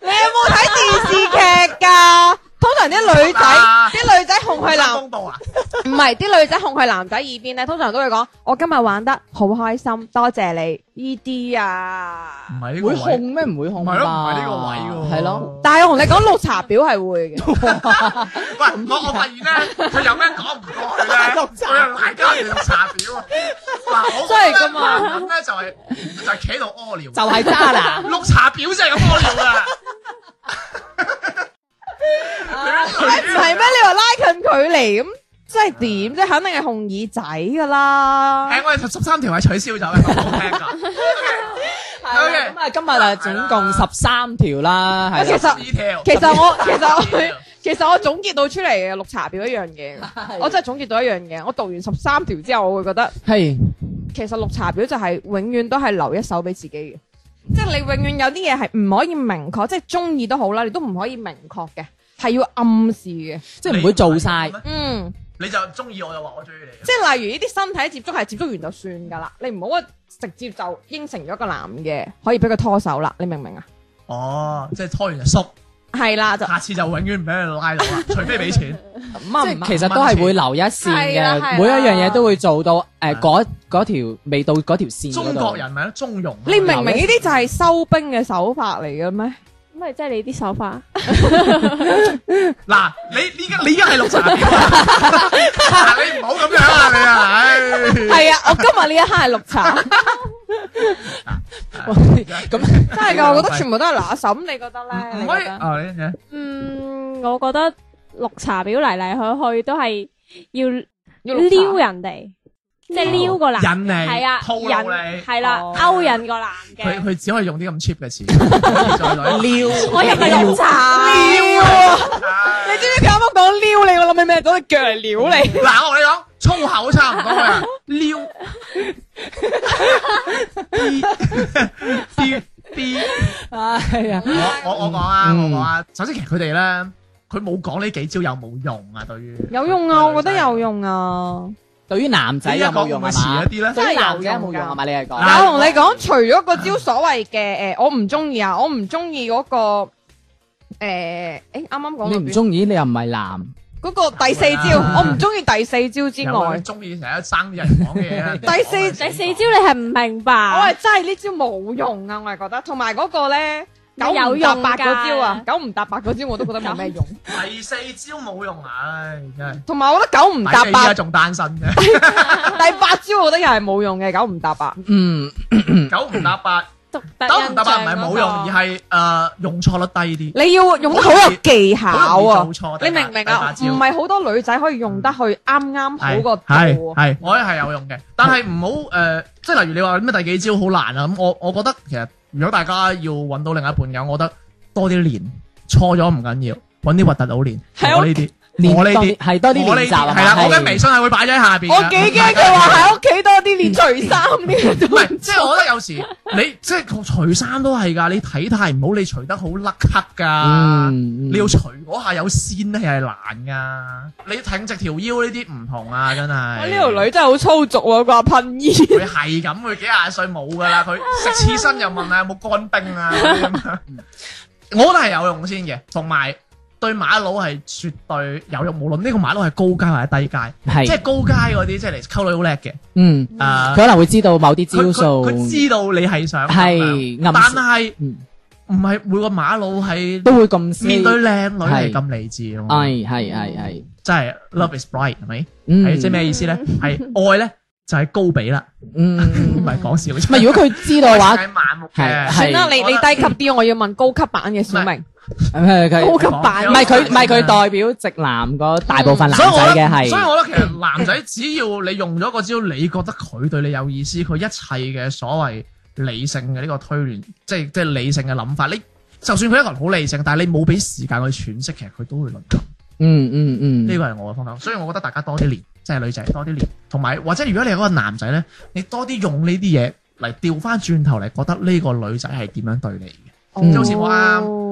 Speaker 5: 你有冇睇電視劇㗎？通常啲女仔，
Speaker 1: 啊
Speaker 5: 啲女仔控控去男，
Speaker 1: 東部啊，
Speaker 5: 唔係啲女仔控去男仔耳邊咧，通常都會講：我今日玩得好開心，多謝你。呢啲啊
Speaker 1: 唔，係呢個
Speaker 2: 會
Speaker 1: 位
Speaker 2: 控咩？唔會控
Speaker 1: 唔係咯唔係呢個位喎
Speaker 2: 係咯，
Speaker 5: 但係我同你講綠茶婊係會嘅。
Speaker 1: 喂，我我發現咧，佢有咩講唔過去咧，佢又賴交用茶表啊！嗱，我
Speaker 5: 真係㗎嘛
Speaker 1: 嘛，咧就係就係企喺度屙尿，
Speaker 2: 就係渣男。
Speaker 1: 綠茶表就係咁屙尿啊！
Speaker 5: 唔係咩？你話拉近距離咁，即係點啫？肯定係紅耳仔噶啦。
Speaker 1: 誒，我哋十三條係取消 咗嘅，好聽㗎。OK
Speaker 2: 咁啊，今日啊，總共十三條啦，係
Speaker 5: 其
Speaker 2: 啦。
Speaker 5: 實
Speaker 1: 呢條
Speaker 5: 其實我其實我 其實我總結到出嚟嘅綠茶婊一樣嘢，我真係總結到一樣嘢。我讀完十三條之後，我會覺得
Speaker 2: 係
Speaker 5: 其實綠茶婊就係永遠都係留一手俾自己嘅。即係你永遠有啲嘢係唔可以明確，即係中意都好啦，你都唔可以明確嘅，係要暗示嘅。
Speaker 2: 即係唔會做晒。
Speaker 5: 嗯。
Speaker 1: 你就中意我就話我中意你。
Speaker 5: 即係例如呢啲身體接觸係接觸完就算㗎啦，你唔好話直接就應承咗個男嘅可以俾佢拖手啦，你明唔明啊？
Speaker 1: 哦，即係拖完就縮，
Speaker 5: 係啦，就
Speaker 1: 下次就永遠唔俾佢拉到啦，除非 俾錢。
Speaker 2: 即係其實都係會留一線
Speaker 5: 係啦係啦
Speaker 2: 嘅，每一樣嘢都會做到誒
Speaker 1: 係
Speaker 2: 嗰嗰條未到嗰條線嗰
Speaker 1: 中
Speaker 2: 度。
Speaker 1: 國人咪咯，中庸。
Speaker 5: 你明唔明呢啲就係收兵嘅手法嚟嘅咩？
Speaker 3: 咁咪即係你啲手法，
Speaker 1: 嗱，你依家你依家係綠茶婊啊，嗱你唔好咁樣啊你啊，唉，
Speaker 5: 係啊，我今日呢一刻係綠茶，
Speaker 1: 咁
Speaker 5: 真係㗎，我覺得全部都係嗱嬸，你覺得咧？
Speaker 1: 唔
Speaker 5: 你
Speaker 1: 可
Speaker 5: 覺
Speaker 1: 以
Speaker 5: 得
Speaker 1: 啊你你
Speaker 3: 嗯，我覺得綠茶婊嚟嚟去去都係要
Speaker 5: 要綠茶
Speaker 3: 撩人哋，即係撩個男，
Speaker 1: 引你，
Speaker 3: 係啊，
Speaker 1: 套路
Speaker 3: 引
Speaker 1: 你，
Speaker 3: 係啦，勾引個男
Speaker 1: 佢
Speaker 3: 嘅。
Speaker 1: 佢只可以用啲咁 cheap 嘅 詞，唔可以
Speaker 2: 撩，
Speaker 3: 我又唔係綠茶，
Speaker 5: 撩啊！
Speaker 1: 再唉
Speaker 5: 你知唔知佢啱啱講撩你，我諗起咩？攞只腳嚟撩你。
Speaker 1: 嗱，我同你講，粗口差唔多啊， 撩 D D D。
Speaker 2: 係
Speaker 5: Dạ.
Speaker 2: 啊，
Speaker 1: 我我我講啊，我
Speaker 2: 嗯
Speaker 1: 講啊。首先其實佢哋咧，佢冇講呢幾招有冇用啊？對於
Speaker 5: 有用啊，我覺得有。用啊。
Speaker 2: 對於男仔
Speaker 1: 你一
Speaker 2: 有
Speaker 1: 講
Speaker 2: 冇
Speaker 1: 會唔
Speaker 2: 用
Speaker 1: 會
Speaker 2: 係
Speaker 1: 遲
Speaker 2: 嘛
Speaker 1: 一？啲咧？
Speaker 2: 對於男仔有冇用係嘛？你係
Speaker 1: 嗱
Speaker 2: 講
Speaker 5: 我同你講，除咗個招所謂嘅誒，我唔中意啊，我唔中意嗰個誒，誒啱啱講
Speaker 2: 你
Speaker 5: 到
Speaker 2: 唔
Speaker 5: 邊
Speaker 2: 中意，你又唔係男，
Speaker 5: 嗰個第四招，我唔中意第四招
Speaker 1: Dạ,
Speaker 5: 之外，
Speaker 1: 中意成日生人講嘅嘢。
Speaker 5: 第四
Speaker 3: 第四招你係唔明白，
Speaker 5: 我係真係呢招冇用啊，我係覺得，同埋嗰個咧九
Speaker 3: 有
Speaker 5: 唔
Speaker 3: 用
Speaker 5: 搭
Speaker 3: 㗎
Speaker 5: 八嗰招啊，九唔搭八嗰招我都覺得冇咩用，
Speaker 1: 第四招冇用，唉，真係。
Speaker 5: 同埋我覺得九唔搭
Speaker 1: 抵你依家
Speaker 5: 八
Speaker 1: 仲單身嘅，
Speaker 5: 第八招我覺得又係冇用嘅，九唔搭八，
Speaker 2: 嗯，
Speaker 1: 九唔搭八，
Speaker 3: 獨特
Speaker 1: 九唔搭八唔係冇用，
Speaker 3: 印象嗰個
Speaker 1: 而係誒用錯率低啲。
Speaker 5: 你要用得好有技巧
Speaker 1: 好
Speaker 5: 啊
Speaker 1: 容易！做錯
Speaker 5: 你明唔明啊？
Speaker 1: 第八
Speaker 5: 唔係好多女仔可以用得去啱啱好個
Speaker 1: 嗯係
Speaker 5: 度啊。
Speaker 1: 係，我覺得係有用嘅，但係唔好誒，即係例如你話咩第幾招好難啊咁，我我覺得其實如果大家要揾到另一半嘅，我覺得多啲練，錯咗唔緊要，揾啲核突佬練，
Speaker 5: 係啊
Speaker 1: 我呢啲，
Speaker 2: 練
Speaker 1: 我呢
Speaker 2: 多啲
Speaker 1: 啲，
Speaker 2: 係多啲
Speaker 1: 我呢
Speaker 2: 練習啊嘛
Speaker 1: 係啦，
Speaker 2: 係
Speaker 1: 我嘅微信係會擺咗喺下邊㗎。啊
Speaker 5: 我幾驚佢話喺屋企多啲練除衫呢個
Speaker 1: 唔
Speaker 5: 動
Speaker 1: 係，即係我覺得有時你即係除衫都係㗎，你體態唔好，你除得好甩黑㗎。
Speaker 2: 嗯，
Speaker 1: 你要除嗰下有線咧係難㗎，你挺直條腰呢啲唔同啊，真 係。
Speaker 5: 我呢條女真係好粗俗喎，佢話噴衣。
Speaker 1: 佢係咁，佢幾廿歲冇 噶啦，佢食刺身又問啊有冇乾冰啊嗰啲咁樣我覺得係有用先嘅，同埋對馬佬係絕對有用，無論呢個馬佬係高階或者低階，即係
Speaker 2: 係，
Speaker 1: 高階嗰啲即係嚟溝女好叻嘅，
Speaker 2: 嗯，佢
Speaker 1: 誒
Speaker 2: 可能會知道某啲招
Speaker 1: 佢
Speaker 2: 數
Speaker 1: 佢，佢知道你係想咁樣
Speaker 2: 係暗示
Speaker 1: 但係
Speaker 2: 嗯
Speaker 1: 唔係每個馬佬係
Speaker 2: 都會咁先
Speaker 1: 面對靚女係咁理智咯，
Speaker 2: 係係係係，
Speaker 1: 真係 love is blind 係咪？係
Speaker 2: 嗯，
Speaker 1: 即係咩意思咧？係愛咧就係高比啦，
Speaker 2: 嗯，
Speaker 1: 唔係講笑。
Speaker 2: 唔係如果佢知道嘅 話，
Speaker 1: 係盲目
Speaker 2: 係
Speaker 1: 嘅。
Speaker 5: 算啦，你
Speaker 1: 我
Speaker 5: 你
Speaker 1: 覺
Speaker 5: 低級啲，我要問高級版嘅小明。
Speaker 2: 誒佢
Speaker 5: 高級版
Speaker 2: 唔係佢唔係佢代表直男個大部分男
Speaker 1: 所以
Speaker 2: 仔
Speaker 1: 我
Speaker 2: 嘅
Speaker 1: 所以
Speaker 2: 係，
Speaker 1: 我覺得其實男仔只要你用咗個招，你覺得佢對你有意思，佢一切嘅所謂理性嘅呢個推斷，即係即係理性嘅諗法，你就算佢一個人好理性，但係你冇俾時間去詮釋，其實佢都會淪陷。
Speaker 2: 嗯嗯嗯，
Speaker 1: 呢個係我嘅方向，所以我覺得大家多啲練，即係女仔多啲練，同埋或者如果你係嗰個男仔咧，你多啲用呢啲嘢嚟調翻轉頭嚟覺得呢個女仔係點樣對你嘅。
Speaker 2: 嗯哦
Speaker 1: 即係好似我啱，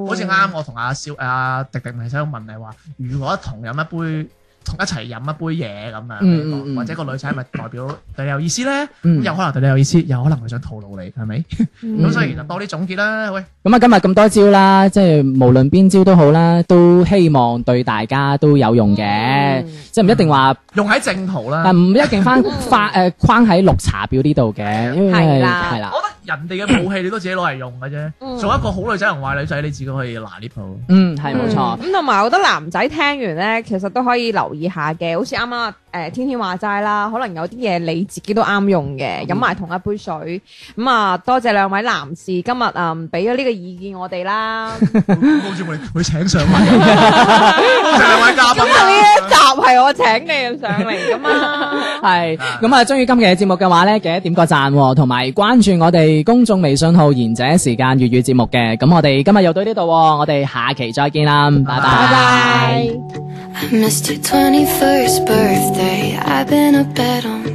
Speaker 1: 好似啱我同阿少阿迪迪咪喺度問你話，如果同飲一杯同一齊飲一杯嘢咁
Speaker 2: 嗯嗯
Speaker 1: 樣，
Speaker 2: 嗯
Speaker 1: 或者個女仔係咪代 表對你有意思咧？
Speaker 2: 嗯
Speaker 1: 咁有可能對你有意思，有可能佢想套路你，係咪？
Speaker 2: 嗯
Speaker 1: 咁所以就多啲總結啦。喂，
Speaker 2: 咁啊，今日咁多招啦，即係無論邊招都好啦，都希望對大家都有用嘅，即係唔一定話
Speaker 1: 用喺正途啦
Speaker 2: 啊，。唔一 定翻發誒框喺綠茶婊呢度嘅，因為
Speaker 5: 係
Speaker 2: 係
Speaker 5: 啦
Speaker 2: 啦，
Speaker 1: 我覺得人哋嘅武器你都自己攞嚟用嘅啫，做一個好女仔同壞女仔，你自己可以拿捏好。
Speaker 2: 嗯，係冇錯，
Speaker 5: 咁同埋我覺得男仔聽完咧，其實都可以留意下嘅，好似啱啱誒天天話齋啦，可能有啲嘢你自己都啱用
Speaker 1: 嗯
Speaker 5: 嘅，飲埋同一杯水。咁啊，多謝兩位男士今日啊俾咗呢個意見我哋啦。
Speaker 1: 好似我哋會請上嚟，多謝兩位嘉
Speaker 5: 咁
Speaker 1: 賓
Speaker 5: 啊呢一集
Speaker 1: 啦。
Speaker 5: 係我請你上嚟噶嘛。
Speaker 2: 係咁啊！中意今期嘅節目嘅話呢，記得點個讚喎，同埋關注我哋公眾微信號「賢者時間粵語節目」嘅。咁我哋今日又到呢度喎，我哋下期再見啦，拜拜。
Speaker 6: I missed your 21st birthday. I've been a bed on.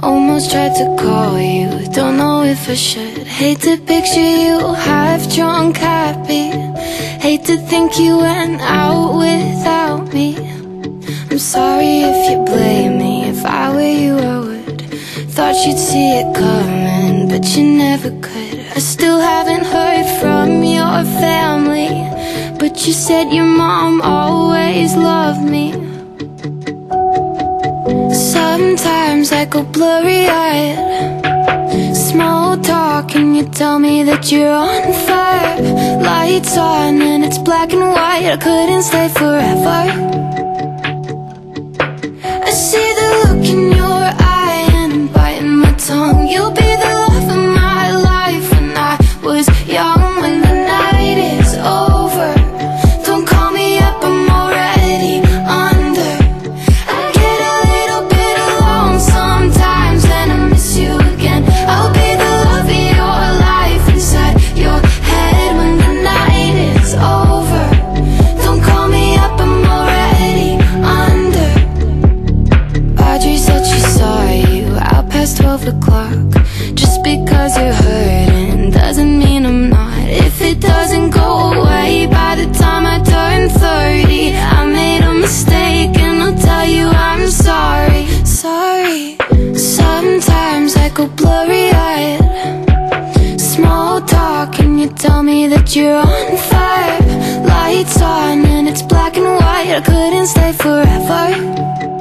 Speaker 6: Almost tried to call you. Don't know if I should. Hate to picture you half drunk, happy. Hate to think you went out without me. I'm sorry if you blame me. If I were you, I would. Thought you'd see it coming, but you never could. I still haven't heard from your family. But you said your mom always loved me. Sometimes I go blurry eyed. Small talk, and you tell me that you're on fire. Lights on, and it's black and white. I couldn't stay forever. I see the look in your eye and I'm biting my tongue. You'll be the love of my life when I was young. When the night is over, don't call me up. I'm already under. I get a little bit alone sometimes, then I miss you again. I'll be the love of your life inside your head when the night is over. Don't call me up. I'm already under. Audrey said she saw you out past 12 o'clock. Just because you're hurting doesn't mean I'm not. If it doesn't go away by the time I turn 30, I made a mistake and I'll tell you I'm sorry. Sorry. Sometimes I go blurry eyed. Small talk, and you tell me that you're on fire. Lights on, and it's black and white. I couldn't stay forever.